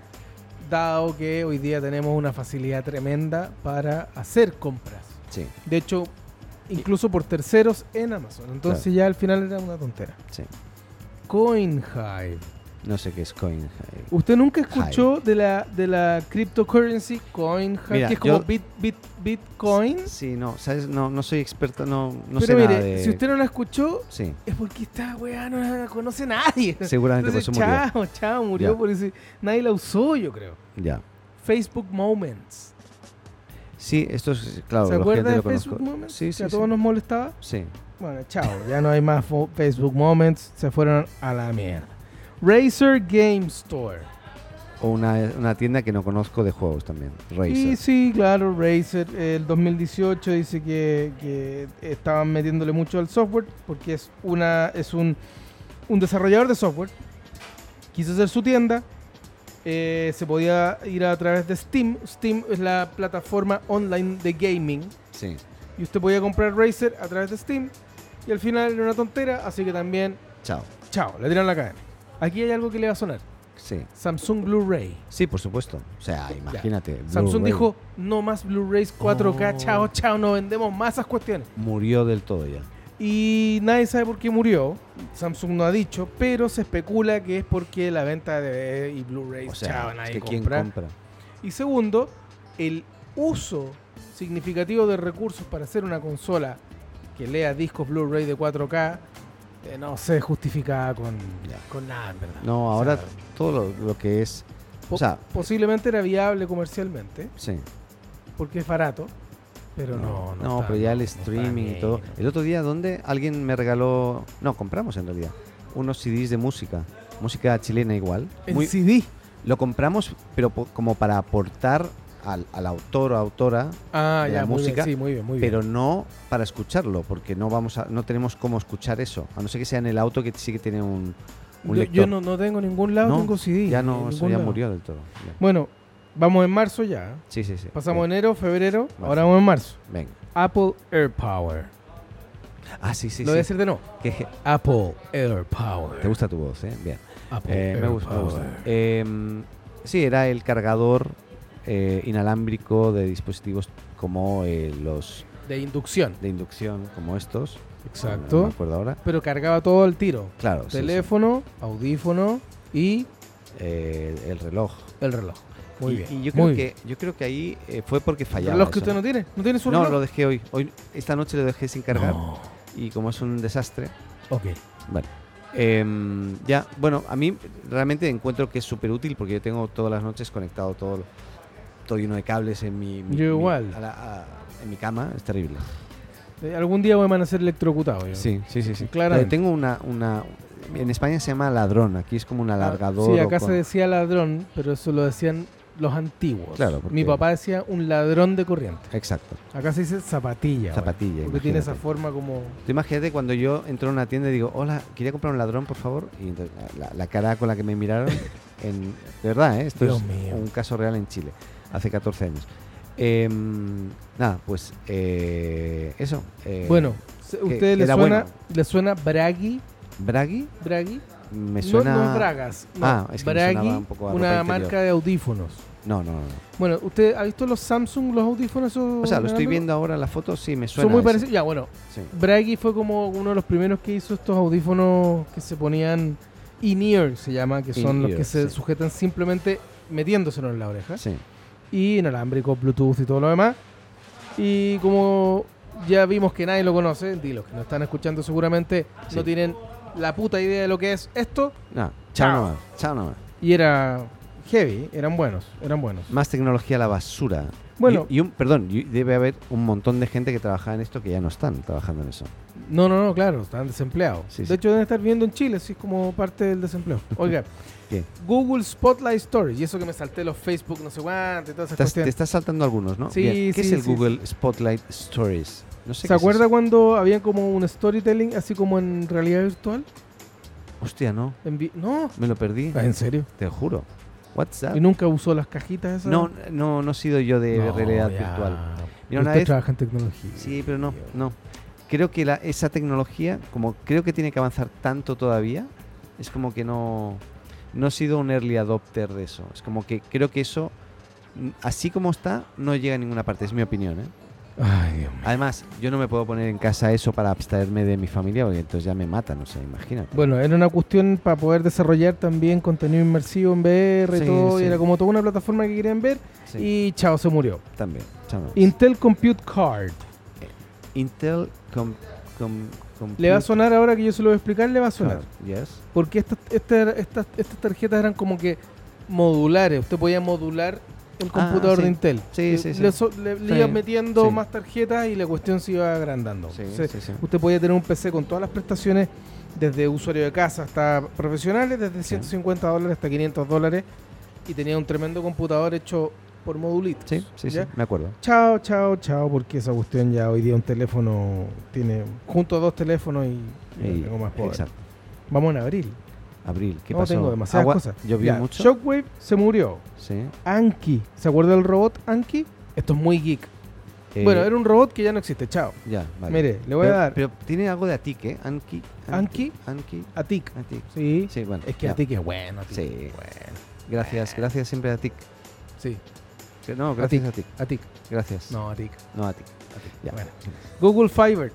Speaker 1: dado que hoy día tenemos una facilidad tremenda para hacer compras.
Speaker 2: Sí,
Speaker 1: De hecho, incluso por terceros en Amazon. Entonces
Speaker 2: Claro.
Speaker 1: ya al final era una tontera.
Speaker 2: sí.
Speaker 1: CoinHive.
Speaker 2: No sé qué es coin.
Speaker 1: ¿Usted nunca escuchó de la, de la cryptocurrency CoinHive?
Speaker 2: Mira,
Speaker 1: que es como
Speaker 2: yo-
Speaker 1: Bit- Bit- Bitcoin.
Speaker 2: Sí, no, ¿sabes? No, no soy experto, no, no sé
Speaker 1: Pero mire,
Speaker 2: nada de...
Speaker 1: si usted no la escuchó,
Speaker 2: Sí,
Speaker 1: es porque esta weá no la conoce nadie.
Speaker 2: seguramente por
Speaker 1: Entonces,
Speaker 2: eso Ah, murió.
Speaker 1: Chao, chao, murió
Speaker 2: Ya.
Speaker 1: por ese- Nadie la usó, yo creo.
Speaker 2: Ya.
Speaker 1: Facebook Moments.
Speaker 2: Sí, esto es... Claro,
Speaker 1: ¿Se
Speaker 2: Ah, la
Speaker 1: acuerda
Speaker 2: gente
Speaker 1: de
Speaker 2: lo
Speaker 1: Facebook
Speaker 2: conozco.
Speaker 1: Moments?
Speaker 2: Sí,
Speaker 1: que
Speaker 2: sí,
Speaker 1: a
Speaker 2: sí.
Speaker 1: todos nos molestaba.
Speaker 2: Sí.
Speaker 1: Bueno, chao, ya no hay más fo- Facebook Moments. Se fueron a la mierda. Razer Game Store.
Speaker 2: O una, una tienda que no conozco de juegos también.
Speaker 1: Y
Speaker 2: Razer.
Speaker 1: sí, claro, Razer. El 2018 dice que, que estaban metiéndole mucho al software porque es, una, es un, un desarrollador de software. Quiso hacer su tienda. eh, se podía ir a través de Steam. Steam es la plataforma online de gaming.
Speaker 2: Sí.
Speaker 1: Y usted podía comprar Razer a través de Steam. Y al final era una tontera, así que también,
Speaker 2: Chao.
Speaker 1: chao, le tiran la cadena. Aquí hay algo que le va a sonar.
Speaker 2: Sí.
Speaker 1: Samsung Blu-ray.
Speaker 2: Sí, por supuesto. O sea, imagínate.
Speaker 1: Samsung
Speaker 2: Blu-ray
Speaker 1: dijo, no más Blu-rays 4K,
Speaker 2: Oh.
Speaker 1: chao, chao, no vendemos más esas cuestiones.
Speaker 2: Murió del todo ya.
Speaker 1: Y nadie sabe por qué murió, Samsung no ha dicho, pero se especula que es porque la venta de DVD y Blu-rays,
Speaker 2: O sea,
Speaker 1: chao,
Speaker 2: es
Speaker 1: nadie
Speaker 2: que ¿quién
Speaker 1: compra.
Speaker 2: compra?
Speaker 1: Y segundo, el uso significativo de recursos para hacer una consola que lea discos Blu-ray de 4K eh, no se justificaba con,
Speaker 2: Ya.
Speaker 1: con nada, en verdad.
Speaker 2: No,
Speaker 1: O sea,
Speaker 2: ahora todo lo, lo que es...
Speaker 1: po-
Speaker 2: o sea-
Speaker 1: posiblemente era viable comercialmente,
Speaker 2: Sí.
Speaker 1: porque es barato, pero no. No,
Speaker 2: No,
Speaker 1: está-
Speaker 2: pero ya el
Speaker 1: no está
Speaker 2: streaming y
Speaker 1: bien,
Speaker 2: todo.
Speaker 1: no.
Speaker 2: El otro día, ¿dónde alguien me regaló? No, compramos en realidad. Unos CDs de música. Música chilena igual.
Speaker 1: En
Speaker 2: Muy-
Speaker 1: CD.
Speaker 2: Lo compramos, pero po- como para aportar al, al autor o autora,
Speaker 1: Ah,
Speaker 2: de
Speaker 1: ya,
Speaker 2: la
Speaker 1: muy bien,
Speaker 2: música,
Speaker 1: sí, muy bien, muy bien.
Speaker 2: pero no para escucharlo, porque no vamos a, no tenemos cómo escuchar eso. A no ser que sea en el auto que sí que tiene un, un
Speaker 1: yo,
Speaker 2: lector.
Speaker 1: yo no, no tengo ningún lado,
Speaker 2: No,
Speaker 1: tengo CD.
Speaker 2: ya
Speaker 1: en
Speaker 2: no, eso
Speaker 1: ningún
Speaker 2: ya
Speaker 1: lado.
Speaker 2: murió del todo. Ya.
Speaker 1: Bueno, vamos en marzo ya.
Speaker 2: Sí, sí, sí.
Speaker 1: Pasamos
Speaker 2: Bien,
Speaker 1: enero, febrero,
Speaker 2: Marzo.
Speaker 1: ahora vamos en marzo.
Speaker 2: Venga.
Speaker 1: Apple AirPower.
Speaker 2: Ah, sí, sí,
Speaker 1: Lo voy a
Speaker 2: sí.
Speaker 1: decir de nuevo.
Speaker 2: Que-
Speaker 1: Apple AirPower.
Speaker 2: te gusta tu voz, ¿eh? Bien.
Speaker 1: Apple
Speaker 2: Eh, me gusta, me gusta.
Speaker 1: AirPower.
Speaker 2: Eh, sí, era el cargador eh, inalámbrico de dispositivos como eh, los
Speaker 1: De inducción.
Speaker 2: de inducción, como estos. No me
Speaker 1: Exacto.
Speaker 2: acuerdo ahora.
Speaker 1: Pero cargaba todo al tiro.
Speaker 2: Claro, Mm. sí, sí.
Speaker 1: Teléfono, audífono y
Speaker 2: Eh, el reloj.
Speaker 1: el reloj.
Speaker 2: Y-
Speaker 1: Muy bien.
Speaker 2: Y yo creo,
Speaker 1: muy bien.
Speaker 2: que, yo creo que ahí eh, fue porque
Speaker 1: ¿El
Speaker 2: fallaba.
Speaker 1: reloj
Speaker 2: eso.
Speaker 1: que usted no tiene? ¿No tiene su
Speaker 2: No,
Speaker 1: reloj?
Speaker 2: lo dejé hoy. hoy. Esta noche lo dejé sin cargar.
Speaker 1: No.
Speaker 2: Y como es un desastre,
Speaker 1: Ok.
Speaker 2: Vale. Em, ya, bueno, a mí realmente encuentro que es súper útil porque yo tengo todas las noches conectado todo, todo lleno de cables en mi, mi-
Speaker 1: Yo
Speaker 2: mi-
Speaker 1: igual.
Speaker 2: a la- a- en mi cama, es terrible.
Speaker 1: Eh, Algún día voy a amanecer electrocutado. Yo.
Speaker 2: Sí, sí, sí.
Speaker 1: Claramente.
Speaker 2: tengo una, una. En España se llama ladrón, aquí es como un alargador.
Speaker 1: Ah, Sí,
Speaker 2: o
Speaker 1: acá
Speaker 2: con-
Speaker 1: se decía ladrón, pero eso lo decían los antiguos.
Speaker 2: Claro, porque-
Speaker 1: Mi papá decía un ladrón de corriente.
Speaker 2: Exacto.
Speaker 1: Acá se dice zapatilla. güey,
Speaker 2: Zapatilla,
Speaker 1: Porque tiene esa
Speaker 2: imagínate.
Speaker 1: forma como.
Speaker 2: Tú imagínate cuando yo entro a una tienda y digo, hola, quería comprar un ladrón, por favor. Y entonces la, la- la cara con la que me miraron, en, de verdad, ¿eh? esto
Speaker 1: Dios
Speaker 2: es
Speaker 1: mío.
Speaker 2: un caso real en Chile, hace 14 años. Em, nada, pues eh, eso. eh,
Speaker 1: Bueno, se- ¿ustedes les
Speaker 2: era
Speaker 1: suena,
Speaker 2: bueno.
Speaker 1: les suena Bragi?
Speaker 2: Bragi
Speaker 1: Bragi?
Speaker 2: me
Speaker 1: No-
Speaker 2: suena.
Speaker 1: No, Bragas. no.
Speaker 2: Ah, es que me
Speaker 1: Bragi,
Speaker 2: sonaba un poco a ropa
Speaker 1: una
Speaker 2: interior.
Speaker 1: marca de audífonos.
Speaker 2: No, no, no.
Speaker 1: Bueno, ¿usted ha visto los Samsung, los audífonos? esos
Speaker 2: O sea, lo estoy
Speaker 1: inalámbricos?
Speaker 2: viendo ahora en la foto, sí, me suena.
Speaker 1: Son muy
Speaker 2: ese.
Speaker 1: parecidos. Ya, bueno,
Speaker 2: Sí.
Speaker 1: Bragi fue como uno de los primeros que hizo estos audífonos que se ponían in-ear, se llama, que son los
Speaker 2: In-ear,
Speaker 1: que se
Speaker 2: sí.
Speaker 1: sujetan simplemente metiéndoselo en la oreja.
Speaker 2: Sí.
Speaker 1: Y inalámbrico, Bluetooth y todo lo demás. Y como ya vimos que nadie lo conoce, y los que nos están escuchando seguramente
Speaker 2: Sí.
Speaker 1: no tienen la puta idea de lo que es esto.
Speaker 2: No, chao
Speaker 1: Chao.
Speaker 2: nomás, chao nomás.
Speaker 1: Y era heavy, eran buenos, eran buenos.
Speaker 2: Más tecnología a la basura.
Speaker 1: Bueno.
Speaker 2: Y, y un, perdón, y debe haber un montón de gente que trabajaba en esto que ya no están trabajando en eso.
Speaker 1: No, no, no, claro, están desempleados.
Speaker 2: Sí,
Speaker 1: de
Speaker 2: sí.
Speaker 1: hecho, deben estar viviendo en Chile, así es como parte del desempleo. Oiga,
Speaker 2: ¿Qué?
Speaker 1: Google Spotlight Stories, y eso que me salté los Facebook, no sé cuánto y todas esas
Speaker 2: Estás- te
Speaker 1: cuestiones.
Speaker 2: estás saltando algunos, ¿no?
Speaker 1: Sí,
Speaker 2: Bien. ¿Qué
Speaker 1: sí,
Speaker 2: es el
Speaker 1: sí,
Speaker 2: Google Spotlight Stories? No sé
Speaker 1: ¿Se
Speaker 2: qué es
Speaker 1: acuerda
Speaker 2: eso.
Speaker 1: cuando había como un storytelling, así como en realidad virtual?
Speaker 2: Hostia, no.
Speaker 1: En vi- no,
Speaker 2: Me lo perdí.
Speaker 1: Ah, en serio.
Speaker 2: Te juro. WhatsApp.
Speaker 1: Y nunca usó las cajitas esas.
Speaker 2: Ah. No, no, no he sido yo de
Speaker 1: No,
Speaker 2: realidad
Speaker 1: ya.
Speaker 2: virtual. Mira,
Speaker 1: Pero
Speaker 2: una
Speaker 1: usted
Speaker 2: vez-
Speaker 1: trabaja en tecnología.
Speaker 2: Sí, pero no, no. Creo que la- esa tecnología, como creo que tiene que avanzar tanto todavía, es como que no, no he sido un early adopter de eso. Es como que creo que eso, mm, así como está, no llega a ninguna parte. Es mi opinión, ¿eh?
Speaker 1: Ay, Dios mío.
Speaker 2: Además, yo no me puedo poner en casa eso para abstraerme de mi familia, porque entonces ya me matan, o sea, imagínate.
Speaker 1: Bueno, era una cuestión para poder desarrollar también contenido inmersivo en VR
Speaker 2: Sí,
Speaker 1: y todo,
Speaker 2: sí.
Speaker 1: y era como toda una plataforma que querían ver,
Speaker 2: Sí,
Speaker 1: y chao, se murió.
Speaker 2: también. chamo.
Speaker 1: Intel Compute Card.
Speaker 2: Intel com, com-
Speaker 1: Le va a
Speaker 2: Compute
Speaker 1: sonar ahora que yo se lo voy a explicar, le va a sonar.
Speaker 2: Card, yes.
Speaker 1: Porque estas, esta- estas- estas tarjetas eran como que modulares. Usted podía modular el computador
Speaker 2: Ah, sí.
Speaker 1: de Intel.
Speaker 2: Sí,
Speaker 1: Le-
Speaker 2: sí, sí.
Speaker 1: Le, so- le- le iba
Speaker 2: Sí,
Speaker 1: metiendo
Speaker 2: sí.
Speaker 1: más tarjetas y la cuestión se iba agrandando.
Speaker 2: Sí,
Speaker 1: Entonces,
Speaker 2: sí, sí.
Speaker 1: Usted podía tener un PC con todas las prestaciones, desde usuario de casa hasta profesionales, desde 150 dólares hasta 500 dólares. Y tenía un tremendo computador hecho por modulitos.
Speaker 2: Sí, sí, sí,
Speaker 1: ¿ya?
Speaker 2: me acuerdo.
Speaker 1: Chao, chao, chao, porque esa cuestión ya hoy día un teléfono tiene junto a dos teléfonos y, y
Speaker 2: Y-
Speaker 1: tengo más poder.
Speaker 2: Exacto.
Speaker 1: Vamos en abril.
Speaker 2: Abril, ¿qué
Speaker 1: no
Speaker 2: pasó?
Speaker 1: tengo demasiadas
Speaker 2: Agua-
Speaker 1: cosas.
Speaker 2: Llovió
Speaker 1: Ya,
Speaker 2: mucho.
Speaker 1: Shockwave se murió.
Speaker 2: Sí.
Speaker 1: Anki, ¿se acuerda del robot Anki? Esto es muy geek.
Speaker 2: Eh,
Speaker 1: Bueno, era un robot que ya no existe. Chao.
Speaker 2: Ya, vale.
Speaker 1: Mire, le voy
Speaker 2: pero,
Speaker 1: a dar
Speaker 2: Pero tiene algo de atique, ¿eh? Anki.
Speaker 1: Anki.
Speaker 2: Anki.
Speaker 1: a Tic.
Speaker 2: Atique.
Speaker 1: Sí.
Speaker 2: Sí, bueno.
Speaker 1: Es que
Speaker 2: ya.
Speaker 1: a Tic es bueno. Atik.
Speaker 2: Sí.
Speaker 1: Bueno.
Speaker 2: Gracias, gracias siempre a Atique.
Speaker 1: Sí,
Speaker 2: Que- No, gracias a Atique.
Speaker 1: a Tic.
Speaker 2: Gracias.
Speaker 1: No, a Tic.
Speaker 2: No, Atique. Ya.
Speaker 1: Bueno. Google Fiber.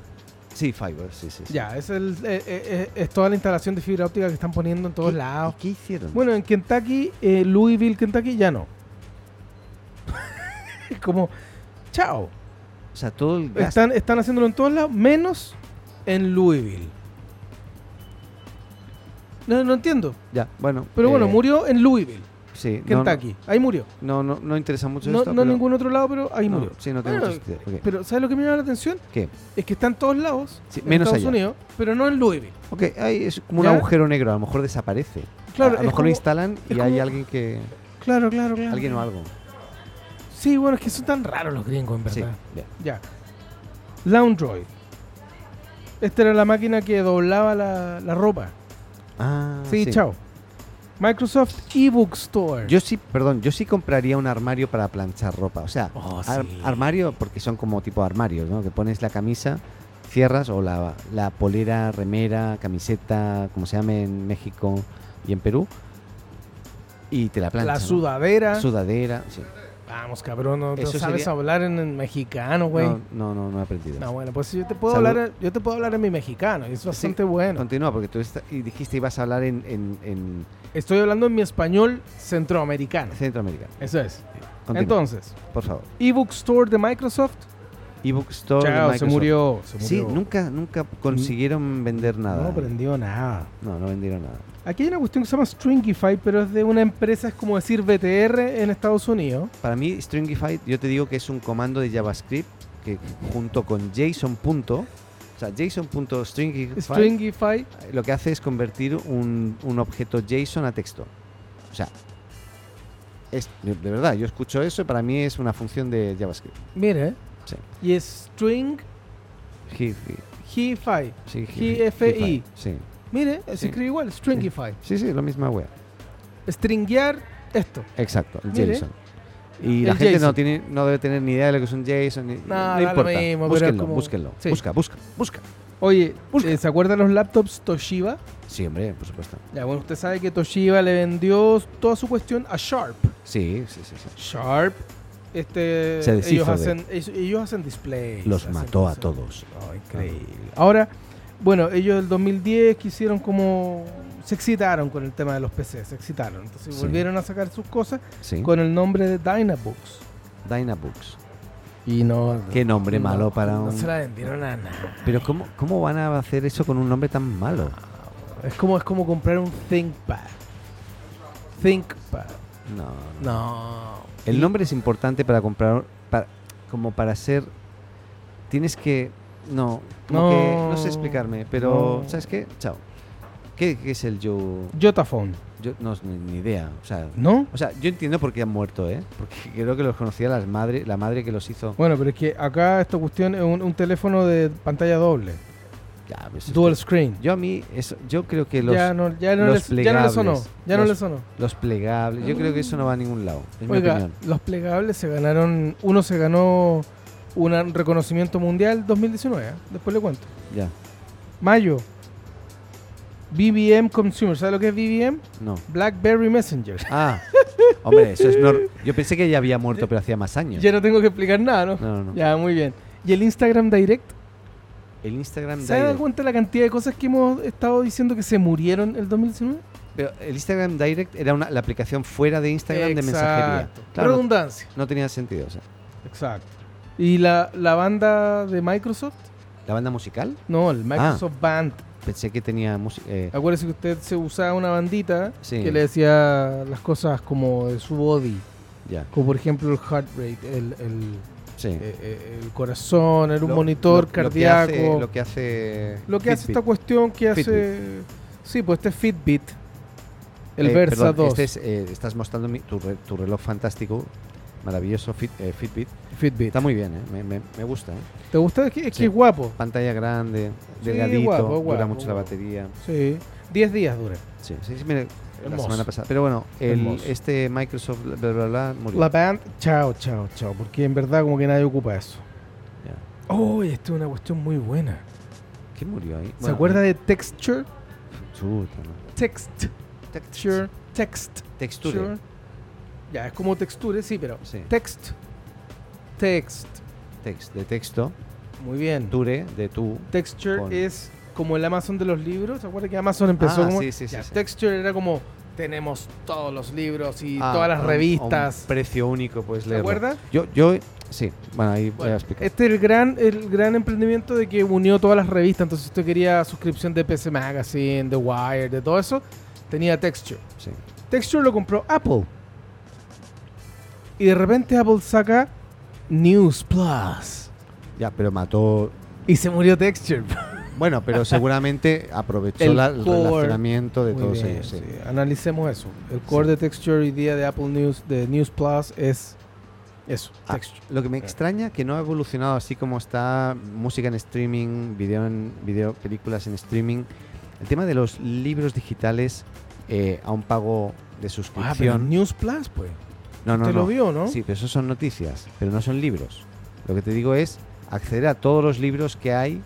Speaker 2: Sí, Fiverr, sí, sí. sí.
Speaker 1: Ya, es, el, eh, eh, eh, es toda la instalación de fibra óptica que están poniendo en todos
Speaker 2: ¿Qué-
Speaker 1: lados.
Speaker 2: ¿y ¿Qué hicieron?
Speaker 1: Bueno, en Kentucky, eh, Louisville, Kentucky, ya no. es como, chao.
Speaker 2: o sea, todo el gasto.
Speaker 1: Están, están haciéndolo en todos lados, menos en Louisville. No, no entiendo.
Speaker 2: Ya, bueno.
Speaker 1: Pero bueno,
Speaker 2: eh,
Speaker 1: murió en Louisville,
Speaker 2: Sí, no, no,
Speaker 1: Kentucky. Ahí murió.
Speaker 2: no, no, no interesa mucho
Speaker 1: No,
Speaker 2: esto.
Speaker 1: no en
Speaker 2: pero-
Speaker 1: ningún otro lado, pero ahí
Speaker 2: no,
Speaker 1: murió.
Speaker 2: Sí, no tiene
Speaker 1: Bueno,
Speaker 2: mucho sentido. Ok.
Speaker 1: Pero ¿sabes lo que me llama la atención?
Speaker 2: ¿Qué?
Speaker 1: Es que está en todos lados,
Speaker 2: Sí,
Speaker 1: en
Speaker 2: menos
Speaker 1: Estados
Speaker 2: allá.
Speaker 1: Unidos, pero no en Louisville.
Speaker 2: Ok, ahí es como un
Speaker 1: ¿Ya?
Speaker 2: agujero negro, a lo mejor desaparece.
Speaker 1: Claro,
Speaker 2: a
Speaker 1: es
Speaker 2: lo mejor
Speaker 1: como-
Speaker 2: lo instalan y
Speaker 1: es
Speaker 2: hay
Speaker 1: como-
Speaker 2: alguien que.
Speaker 1: Claro, claro, claro.
Speaker 2: Alguien o algo.
Speaker 1: Sí, bueno, es que son tan raros los gringos, en
Speaker 2: Sí,
Speaker 1: verdad.
Speaker 2: bien.
Speaker 1: Ya. Laundroid. Esta era la máquina que doblaba la, la ropa.
Speaker 2: Ah,
Speaker 1: sí, chao. Microsoft eBook Store.
Speaker 2: Yo sí, perdón, yo sí compraría un armario para planchar ropa. O sea,
Speaker 3: Oh,
Speaker 2: ar-
Speaker 3: sí.
Speaker 2: armario porque son como tipo armarios, ¿no? Que pones la camisa, cierras o la, la polera, remera, camiseta, como se llame en México y en Perú, y te la planchas.
Speaker 1: la
Speaker 2: ¿no?
Speaker 1: sudadera.
Speaker 2: Sudadera, sí.
Speaker 1: Vamos, cabrón, no, no
Speaker 2: Eso
Speaker 1: sabes
Speaker 2: sería-
Speaker 1: hablar en, en mexicano, güey.
Speaker 2: No, no,
Speaker 1: No.
Speaker 2: no, no he aprendido.
Speaker 1: bueno, pues yo te puedo
Speaker 2: Salud.
Speaker 1: hablar, yo te puedo hablar en mi mexicano, y es bastante bueno.
Speaker 2: Continúa, porque tú esta- y dijiste ibas a hablar en, en, en
Speaker 1: Estoy hablando en mi español centroamericano.
Speaker 2: Centroamérica.
Speaker 1: Eso es.
Speaker 2: Continúa,
Speaker 1: Entonces,
Speaker 2: por favor.
Speaker 1: eBook Store de Microsoft.
Speaker 2: Ebook Store. de
Speaker 1: Chao, se
Speaker 2: Microsoft.
Speaker 1: murió, se
Speaker 2: Sí,
Speaker 1: murió.
Speaker 2: nunca, nunca consiguieron vender nada.
Speaker 1: No aprendió nada.
Speaker 2: No, no vendieron nada.
Speaker 1: Aquí hay una cuestión que se llama Stringify, pero es de una empresa, es como decir BTR en Estados Unidos.
Speaker 2: Para mí, Stringify, yo te digo que es un comando de JavaScript que junto con JSON. punto, o sea, JSON.stringify
Speaker 1: Stringify,
Speaker 2: lo que hace es convertir un, un objeto JSON a texto. O sea, es, de de verdad, yo escucho eso y para mí es una función de JavaScript.
Speaker 1: mire.
Speaker 2: Sí.
Speaker 1: Y es
Speaker 2: Gi- gi-
Speaker 1: Stringify.
Speaker 2: sí, gi-
Speaker 1: GFI.
Speaker 2: Sí,
Speaker 1: Mire, se
Speaker 2: Sí.
Speaker 1: escribe igual, Stringify.
Speaker 2: sí, sí, lo misma web.
Speaker 1: Stringear esto.
Speaker 2: Exacto, el
Speaker 1: Mire.
Speaker 2: JSON. Y la
Speaker 1: El
Speaker 2: gente no,
Speaker 1: Jason.
Speaker 2: tiene, no debe tener ni idea de lo que es un JSON. ni-
Speaker 1: da
Speaker 2: No,
Speaker 1: lo
Speaker 2: importa.
Speaker 1: mismo, pero
Speaker 2: búsquenlo,
Speaker 1: como-
Speaker 2: búsquenlo.
Speaker 1: Sí.
Speaker 2: Busca, busca, busca.
Speaker 1: Oye,
Speaker 2: Busca.
Speaker 1: eh, ¿se acuerdan los laptops Toshiba?
Speaker 2: Sí, hombre, por supuesto.
Speaker 1: Ya, bueno, usted sabe que Toshiba le vendió toda su cuestión a Sharp.
Speaker 2: Sí, sí, sí. sí.
Speaker 1: Sharp, este,
Speaker 2: Se
Speaker 1: ellos,
Speaker 2: deshizo de-
Speaker 1: hacen, ellos, ellos hacen displays.
Speaker 2: Los
Speaker 1: hacen
Speaker 2: mató a
Speaker 1: cosas.
Speaker 2: todos.
Speaker 1: Oh, increíble. Ahora, bueno, ellos del 2010 quisieron como... Se excitaron con el tema de los PCs, se excitaron. Entonces
Speaker 2: Sí.
Speaker 1: volvieron a sacar sus cosas
Speaker 2: Sí.
Speaker 1: con el nombre de Dynabooks.
Speaker 2: Dynabooks.
Speaker 1: Y no...
Speaker 2: Qué nombre
Speaker 1: no,
Speaker 2: malo para
Speaker 1: No
Speaker 2: un.
Speaker 1: se la vendieron a nada.
Speaker 2: Pero ¿cómo, ¿cómo van a hacer eso con un nombre tan malo?
Speaker 1: Es como, es como comprar un ThinkPad. ThinkPad.
Speaker 2: No.
Speaker 1: No.
Speaker 2: El nombre es importante para comprar. para- como para ser. Tienes que. No. Como
Speaker 1: No.
Speaker 2: que. No sé explicarme, pero.
Speaker 1: No.
Speaker 2: ¿Sabes qué? Chao. ¿Qué, qué es el Joe?
Speaker 1: Jotaphone,
Speaker 2: Yo no ni, ni idea. O sea.
Speaker 1: ¿no?
Speaker 2: O sea, yo entiendo por qué han muerto, ¿eh? Porque creo que los conocía las madre, la madre que los hizo.
Speaker 1: Bueno, pero es que acá esta cuestión es un, un teléfono de pantalla doble,
Speaker 2: Ya, pues, esto-
Speaker 1: dual screen.
Speaker 2: Yo a mí, eso, yo creo que los,
Speaker 1: ya no, ya no
Speaker 2: los
Speaker 1: les- ya no le
Speaker 2: plegables,
Speaker 1: sonó. Ya no
Speaker 2: los-
Speaker 1: le sonó.
Speaker 2: los plegables, yo creo que eso no va a ningún lado, es mi
Speaker 1: Oiga,
Speaker 2: opinión.
Speaker 1: los plegables se ganaron. Uno se ganó un reconocimiento mundial 2019. ¿eh? Después le cuento.
Speaker 2: Ya,
Speaker 1: Mayo. BBM Consumer. ¿Sabes lo que es BBM?
Speaker 2: no.
Speaker 1: Blackberry Messenger.
Speaker 2: Ah, hombre, eso es nor- Yo pensé que ya había muerto, pero hacía más años.
Speaker 1: Ya no tengo que explicar nada, ¿no?
Speaker 2: No, no, no.
Speaker 1: Ya, muy bien. ¿Y el Instagram Direct?
Speaker 2: El Instagram
Speaker 1: ¿Se han dado
Speaker 2: Direct.
Speaker 1: cuenta la cantidad de cosas que hemos estado diciendo que se murieron el 2019?
Speaker 2: Pero el Instagram Direct era una, la aplicación fuera de Instagram de mensajería.
Speaker 1: Exacto.
Speaker 2: Claro, no,
Speaker 1: Redundancia.
Speaker 2: no tenía sentido. O sea,
Speaker 1: Exacto. ¿Y la, la banda de Microsoft?
Speaker 2: la banda musical,
Speaker 1: No, el Microsoft Band.
Speaker 2: pensé que tenía música. eh,
Speaker 1: Acuérdese que usted se usaba una bandita
Speaker 2: Sí.
Speaker 1: que le decía las cosas como de su body.
Speaker 2: ya,
Speaker 1: Como por ejemplo el heart rate, el, el,
Speaker 2: sí.
Speaker 1: eh, eh, el corazón, era un
Speaker 2: Lo-
Speaker 1: monitor
Speaker 2: lo- lo que
Speaker 1: cardíaco.
Speaker 2: hace- Lo que hace. Fitbit.
Speaker 1: esta cuestión que hace...
Speaker 2: Fitbit.
Speaker 1: Sí, pues este es Fitbit. El
Speaker 2: Eh,
Speaker 1: Versa
Speaker 2: perdón,
Speaker 1: 2.
Speaker 2: este es, eh, estás mostrando mi- tu, re- tu reloj fantástico, maravilloso Fit- eh, Fitbit.
Speaker 1: Fitbit.
Speaker 2: Está muy bien, ¿eh? me, me- me gusta. ¿eh?
Speaker 1: ¿Te gusta? Es que es, que
Speaker 2: Sí.
Speaker 1: es guapo.
Speaker 2: Pantalla grande,
Speaker 1: Sí,
Speaker 2: delgadito,
Speaker 1: guapo, guapo,
Speaker 2: dura mucho la
Speaker 1: guapo.
Speaker 2: batería.
Speaker 1: Sí. 10 días dura.
Speaker 2: Sí, sí, sí, mire, la
Speaker 1: Hermoso.
Speaker 2: semana pasada. Pero bueno, el,
Speaker 1: Hermoso.
Speaker 2: este Microsoft, bla, bla, bla, bla, murió.
Speaker 1: La band, chao, chao, chao. Porque en verdad como que nadie ocupa eso.
Speaker 2: Ya.
Speaker 1: Oh, esto es una cuestión muy buena.
Speaker 2: ¿Qué murió ahí? eh,
Speaker 1: ¿Se acuerda de Texture? Texture.
Speaker 2: Texture.
Speaker 1: Text.
Speaker 2: Texture.
Speaker 1: Ya, es como texture, sí, pero.
Speaker 2: Sí.
Speaker 1: Text. Text.
Speaker 2: Text, de texto.
Speaker 1: Muy bien.
Speaker 2: Ture, de tú.
Speaker 1: Texture
Speaker 2: Con-
Speaker 1: es como el Amazon de los libros. ¿Se acuerda que Amazon empezó
Speaker 2: Ah,
Speaker 1: como.
Speaker 2: sí, sí, sí,
Speaker 1: Ya,
Speaker 2: sí.
Speaker 1: Texture era como. Tenemos todos los libros y
Speaker 2: Ah,
Speaker 1: todas
Speaker 2: a
Speaker 1: las
Speaker 2: un- a
Speaker 1: revistas.
Speaker 2: un precio único, pues
Speaker 1: ¿Se
Speaker 2: leerlo.
Speaker 1: acuerda?
Speaker 2: Yo, yo, sí. Bueno, ahí voy a
Speaker 1: Bueno,
Speaker 2: explicar.
Speaker 1: este es el gran, el gran emprendimiento de que unió todas las revistas. Entonces, usted quería suscripción de PC Magazine, The Wire, de todo eso, tenía Texture.
Speaker 2: Sí.
Speaker 1: Texture lo compró Apple. Y de repente Apple saca News Plus.
Speaker 2: Ya, pero mató
Speaker 1: Y se murió Texture.
Speaker 2: Bueno, pero seguramente aprovechó
Speaker 1: El
Speaker 2: la- el
Speaker 1: core.
Speaker 2: relacionamiento de
Speaker 1: Muy
Speaker 2: todos
Speaker 1: bien,
Speaker 2: ellos. sí.
Speaker 1: sí. Analicemos eso. El core de Texture hoy día de Apple News, de News Plus, es eso,
Speaker 2: Ah,
Speaker 1: Texture.
Speaker 2: Lo que me extraña que no ha evolucionado así como está música en streaming, video en video, películas en streaming. El tema de los libros digitales eh, a un pago de
Speaker 1: Ah, pero
Speaker 2: suscripción.
Speaker 1: News Plus, pues.
Speaker 2: no, no,
Speaker 1: usted
Speaker 2: no.
Speaker 1: lo vio, ¿no?
Speaker 2: Sí, pero eso son noticias, pero no son libros. Lo que te digo es acceder a todos los libros que hay.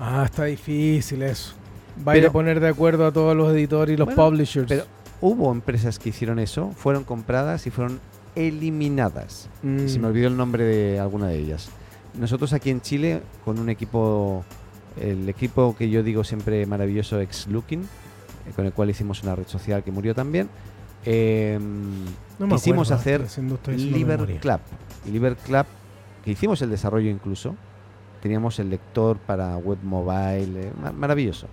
Speaker 1: Ah, está difícil eso. Vaya
Speaker 2: Pero-
Speaker 1: a poner de acuerdo a todos los editores y los
Speaker 2: Bueno,
Speaker 1: publishers.
Speaker 2: pero- Hubo empresas que hicieron eso, fueron compradas y fueron eliminadas.
Speaker 1: Mm.
Speaker 2: Se me olvidó el nombre de alguna de ellas. Nosotros aquí en Chile, con un equipo, el equipo que yo digo siempre maravilloso, Ex Looking, eh, con el cual hicimos una red social que murió también, eh,
Speaker 1: No me
Speaker 2: quisimos
Speaker 1: acuerdo,
Speaker 2: hacer
Speaker 1: estoy haciendo- estoy haciendo
Speaker 2: Liber
Speaker 1: memoria.
Speaker 2: Club. Y Liber Club, que hicimos el desarrollo incluso, teníamos el lector para web mobile, eh, ma- maravilloso.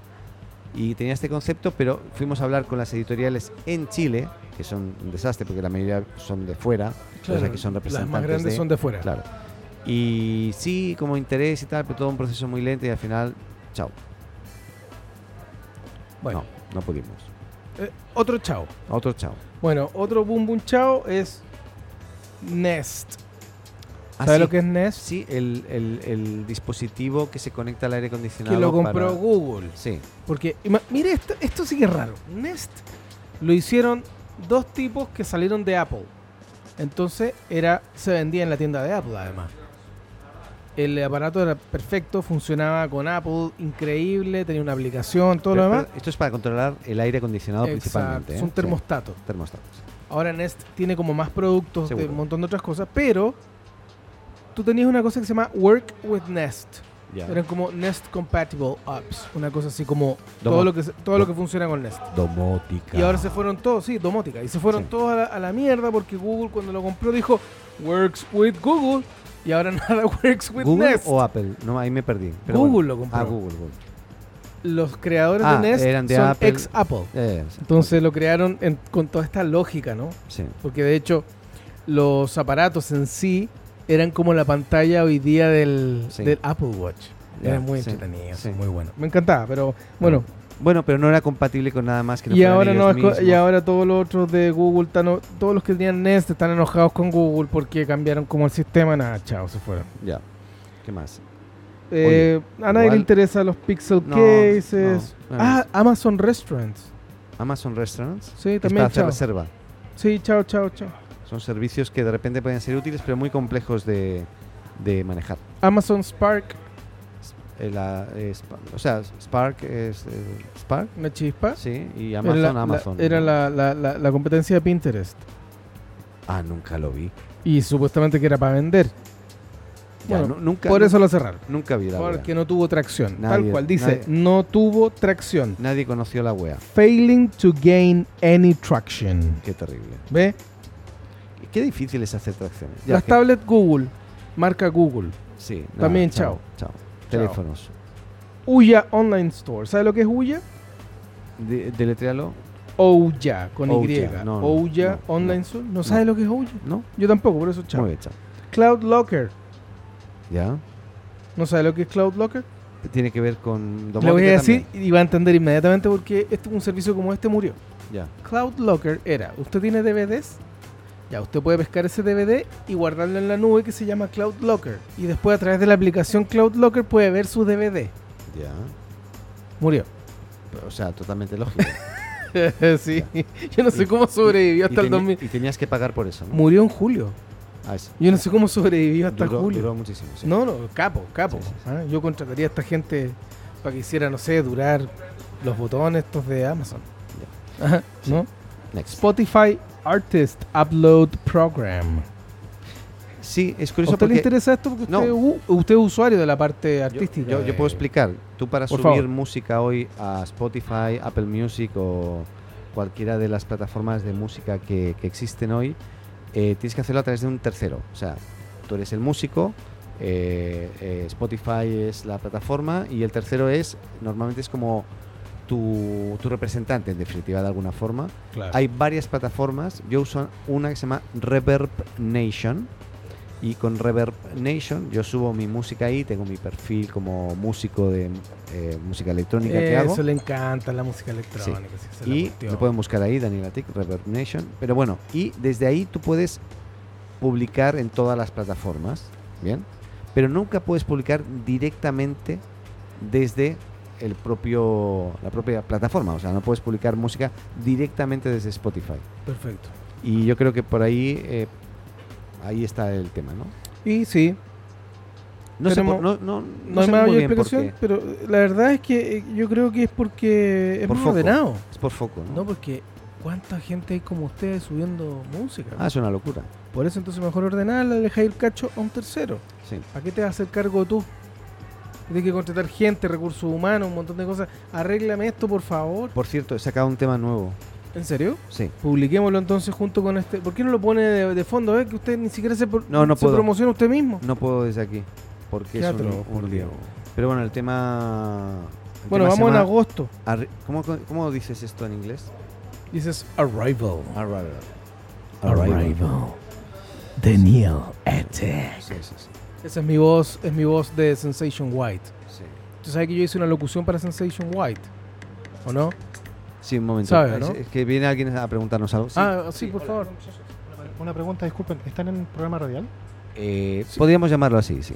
Speaker 2: Y tenía este concepto, pero fuimos a hablar con las editoriales en Chile, que son un desastre porque la mayoría son de fuera, o sea, que son
Speaker 1: las
Speaker 2: representantes
Speaker 1: más grandes
Speaker 2: de-
Speaker 1: son de fuera.
Speaker 2: Claro. Y sí, como interés y tal, pero todo un proceso muy lento y al final, chao.
Speaker 1: Bueno,
Speaker 2: No, no pudimos.
Speaker 1: eh, otro chao.
Speaker 2: Otro chao.
Speaker 1: Bueno, otro boom boom chao es Nest.
Speaker 2: Ah,
Speaker 1: ¿Sabes
Speaker 2: sí.
Speaker 1: lo que es Nest?
Speaker 2: Sí, el, el- el dispositivo que se conecta al aire acondicionado.
Speaker 1: que lo compró
Speaker 2: para-
Speaker 1: Google.
Speaker 2: Sí,
Speaker 1: Porque, ima- mire, esto, esto sí que es raro. Nest lo hicieron dos tipos que salieron de Apple. Entonces era, se vendía en la tienda de Apple además. El aparato era perfecto, funcionaba con Apple, increíble, tenía una aplicación, todo
Speaker 2: Pero,
Speaker 1: lo demás.
Speaker 2: pero esto es para controlar el aire acondicionado principalmente.
Speaker 1: Exacto, es
Speaker 2: ¿eh?
Speaker 1: un
Speaker 2: Sí,
Speaker 1: termostato.
Speaker 2: termostato, sí.
Speaker 1: Ahora Nest tiene como más productos de
Speaker 2: Seguro.
Speaker 1: un montón de otras cosas, pero tú tenías una cosa que se llama Work with Nest.
Speaker 2: Ya.
Speaker 1: Eran como Nest Compatible Apps, una cosa así como
Speaker 2: Domo-
Speaker 1: todo lo, que, se- todo lo que funciona con Nest.
Speaker 2: Domótica.
Speaker 1: Y ahora se fueron todos, sí, domótica. Y se fueron
Speaker 2: Sí.
Speaker 1: todos a la, a la mierda porque Google cuando lo compró dijo Works with Google y ahora nada Works with
Speaker 2: ¿Google
Speaker 1: Nest.
Speaker 2: o Apple? No, ahí me perdí. pero
Speaker 1: Google
Speaker 2: bueno.
Speaker 1: lo compró.
Speaker 2: Ah, Google, Google.
Speaker 1: Los creadores
Speaker 2: Ah,
Speaker 1: de Nest
Speaker 2: eran de
Speaker 1: son
Speaker 2: Apple.
Speaker 1: ex Apple.
Speaker 2: Ya, ya, ya, sí.
Speaker 1: Entonces lo crearon en- con toda esta lógica, ¿no?
Speaker 2: Sí.
Speaker 1: Porque de hecho los aparatos en sí eran como la pantalla hoy día del,
Speaker 2: Sí.
Speaker 1: del Apple Watch.
Speaker 2: Ya,
Speaker 1: Era muy
Speaker 2: sí,
Speaker 1: entretenido,
Speaker 2: sí.
Speaker 1: muy bueno. Me encantaba, pero bueno,
Speaker 2: Bueno, pero no era compatible con nada más que no
Speaker 1: y
Speaker 2: fueran
Speaker 1: ahora no
Speaker 2: ellos
Speaker 1: es co- y
Speaker 2: mismos.
Speaker 1: ahora todos los otros de Google están o- todos los que tenían Nest están enojados con Google porque cambiaron como el sistema nada chao se fueron
Speaker 2: Ya. ¿Qué más?
Speaker 1: Eh, a nadie
Speaker 2: igual-
Speaker 1: le interesan los pixel
Speaker 2: No,
Speaker 1: cases
Speaker 2: no, no.
Speaker 1: ah Amazon Restaurants
Speaker 2: Amazon Restaurants.
Speaker 1: sí
Speaker 2: Es
Speaker 1: también
Speaker 2: para hacer
Speaker 1: chao
Speaker 2: reserva.
Speaker 1: sí chao chao chao
Speaker 2: Son servicios que de repente pueden ser útiles, pero muy complejos de, de manejar.
Speaker 1: Amazon Spark
Speaker 2: Eh, la, eh, Spa- o sea, Spark es eh, Spark,
Speaker 1: una chispa
Speaker 2: sí, y
Speaker 1: Era
Speaker 2: Amazon,
Speaker 1: la- la-
Speaker 2: Amazon.
Speaker 1: era
Speaker 2: ¿no?
Speaker 1: la, la- la- la competencia de Pinterest
Speaker 2: Ah, nunca lo vi.
Speaker 1: y supuestamente que era para vender
Speaker 2: Ya,
Speaker 1: Bueno,
Speaker 2: nu- nunca,
Speaker 1: por eso lo cerraron
Speaker 2: nunca vi la
Speaker 1: porque
Speaker 2: wea.
Speaker 1: no tuvo tracción tal
Speaker 2: Nadie-
Speaker 1: cual dice
Speaker 2: nadie-
Speaker 1: no tuvo tracción
Speaker 2: Nadie conoció la wea.
Speaker 1: failing to gain any traction.
Speaker 2: Qué terrible.
Speaker 1: ¿Ve?
Speaker 2: Y Qué difícil es hacer tracciones. Ya,
Speaker 1: Las
Speaker 2: que-
Speaker 1: tablets Google, marca Google,
Speaker 2: Sí, nada,
Speaker 1: también
Speaker 2: Chao. Teléfonos.
Speaker 1: Uya Online Store. ¿Sabe lo que es Uya?
Speaker 2: De, deletréalo.
Speaker 1: Ouya, con
Speaker 2: Ouya,
Speaker 1: Y.
Speaker 2: no, no,
Speaker 1: Ouya
Speaker 2: no,
Speaker 1: Online
Speaker 2: no,
Speaker 1: Store. ¿No sabe lo que es Ouya?
Speaker 2: ¿No?
Speaker 1: Yo tampoco, por eso chao.
Speaker 2: Muy bien, chao.
Speaker 1: Cloud Locker.
Speaker 2: Ya.
Speaker 1: ¿No sabe lo que es Cloud Locker?
Speaker 2: Tiene que ver con
Speaker 1: Le voy
Speaker 2: domótica
Speaker 1: a decir
Speaker 2: también.
Speaker 1: y va a entender inmediatamente porque este, un servicio como este murió.
Speaker 2: Ya.
Speaker 1: Cloud Locker era, usted tiene DVDs, ya usted puede pescar ese DVD y guardarlo en la nube que se llama Cloud Locker. Y después a través de la aplicación Cloud Locker puede ver su DVD.
Speaker 2: Ya.
Speaker 1: Murió.
Speaker 2: Pero, O sea, totalmente lógico.
Speaker 1: sí. Yo no sé
Speaker 2: Y-
Speaker 1: cómo sobrevivió hasta
Speaker 2: y,
Speaker 1: el 2000.
Speaker 2: Y tenías que pagar por eso, ¿no?
Speaker 1: Murió en julio.
Speaker 2: Ah, sí.
Speaker 1: Yo no sé cómo sobrevivió hasta
Speaker 2: Duró-
Speaker 1: julio.
Speaker 2: duró muchísimo. sí.
Speaker 1: No, no, capo, capo.
Speaker 2: Sí, sí, sí.
Speaker 1: Ah, Yo contrataría a esta gente para que hiciera, no sé, durar los botones estos de Amazon. Ajá, ¿no?
Speaker 2: Next.
Speaker 1: Spotify Artist Upload Program.
Speaker 2: Sí, es
Speaker 1: ¿A
Speaker 2: curioso
Speaker 1: usted le
Speaker 2: porque
Speaker 1: interesa esto? Porque usted,
Speaker 2: No.
Speaker 1: u- usted es usuario de la parte
Speaker 2: yo-
Speaker 1: artística.
Speaker 2: yo, yo
Speaker 1: de-
Speaker 2: puedo explicar. Tú para
Speaker 1: Por
Speaker 2: subir
Speaker 1: favor.
Speaker 2: música hoy a Spotify, Apple Music o cualquiera de las plataformas de música que, que existen hoy, eh, tienes que hacerlo a través de un tercero. O sea, tú eres el músico, eh, eh, Spotify es la plataforma y el tercero es, normalmente es como tu, tu representante en definitiva de alguna forma.
Speaker 1: Claro.
Speaker 2: Hay varias plataformas. Yo uso una que se llama Reverb Nation. Y con Reverb Nation yo subo mi música ahí. Tengo mi perfil como músico de eh, música electrónica que hago.
Speaker 1: Eso le encanta la música electrónica. sí, esa es la
Speaker 2: Y
Speaker 1: cuestión.
Speaker 2: lo pueden buscar ahí, Daniel Atik, Reverb Nation. Pero bueno, y desde ahí tú puedes publicar en todas las plataformas. Bien. Pero nunca puedes publicar directamente desde el propio la propia plataforma. O sea, no puedes publicar música directamente desde Spotify.
Speaker 1: Perfecto.
Speaker 2: Y yo creo que por ahí eh, ahí está el tema, ¿no?
Speaker 1: Y sí,
Speaker 2: No sé,
Speaker 1: Tenemos-
Speaker 2: por- no, no, no
Speaker 1: No hay
Speaker 2: sé
Speaker 1: más
Speaker 2: muy bien por
Speaker 1: explicación,
Speaker 2: qué.
Speaker 1: pero eh, la verdad es que eh, yo creo que es porque es
Speaker 2: Por
Speaker 1: más
Speaker 2: foco.
Speaker 1: ordenado.
Speaker 2: Es por foco, ¿no?
Speaker 1: No, porque cuánta gente hay como ustedes subiendo música.
Speaker 2: Ah, es una locura.
Speaker 1: Por eso entonces mejor ordenarla, dejar el cacho a un tercero.
Speaker 2: Sí.
Speaker 1: ¿A qué te vas a hacer cargo tú? Tienes que contratar gente, recursos humanos, un montón de cosas. Arréglame esto, por favor.
Speaker 2: Por cierto, he sacado un tema nuevo.
Speaker 1: ¿En serio?
Speaker 2: Sí.
Speaker 1: Publiquémoslo entonces junto con este. ¿Por qué no lo pone de, de fondo? eh? Que usted ni siquiera se, pro-
Speaker 2: No, no
Speaker 1: se
Speaker 2: puedo. Mm,
Speaker 1: promociona usted mismo.
Speaker 2: No puedo desde aquí. Porque es un,
Speaker 1: Teatro,
Speaker 2: un
Speaker 1: por
Speaker 2: lío.
Speaker 1: Dios.
Speaker 2: Pero bueno, el tema. el
Speaker 1: Bueno,
Speaker 2: tema se
Speaker 1: vamos en
Speaker 2: llama
Speaker 1: agosto.
Speaker 2: Arri- ¿Cómo, ¿Cómo dices esto en inglés?
Speaker 1: Dices Arrival.
Speaker 2: Arrival.
Speaker 1: De Neil Ete.
Speaker 2: Sí, sí, sí,
Speaker 1: Esa es mi voz, es mi voz de Sensation White.
Speaker 2: sí.
Speaker 1: Tú sabes que yo hice una locución para Sensation White. ¿O no?
Speaker 2: Sí, un momento.
Speaker 1: Sabe,
Speaker 2: Es-
Speaker 1: ¿no?
Speaker 2: Es que viene alguien a preguntarnos algo. Sí.
Speaker 1: ah, sí, por favor.
Speaker 4: Una pregunta, disculpen, ¿están en el programa radial?
Speaker 2: Eh, Podríamos llamarlo así, sí.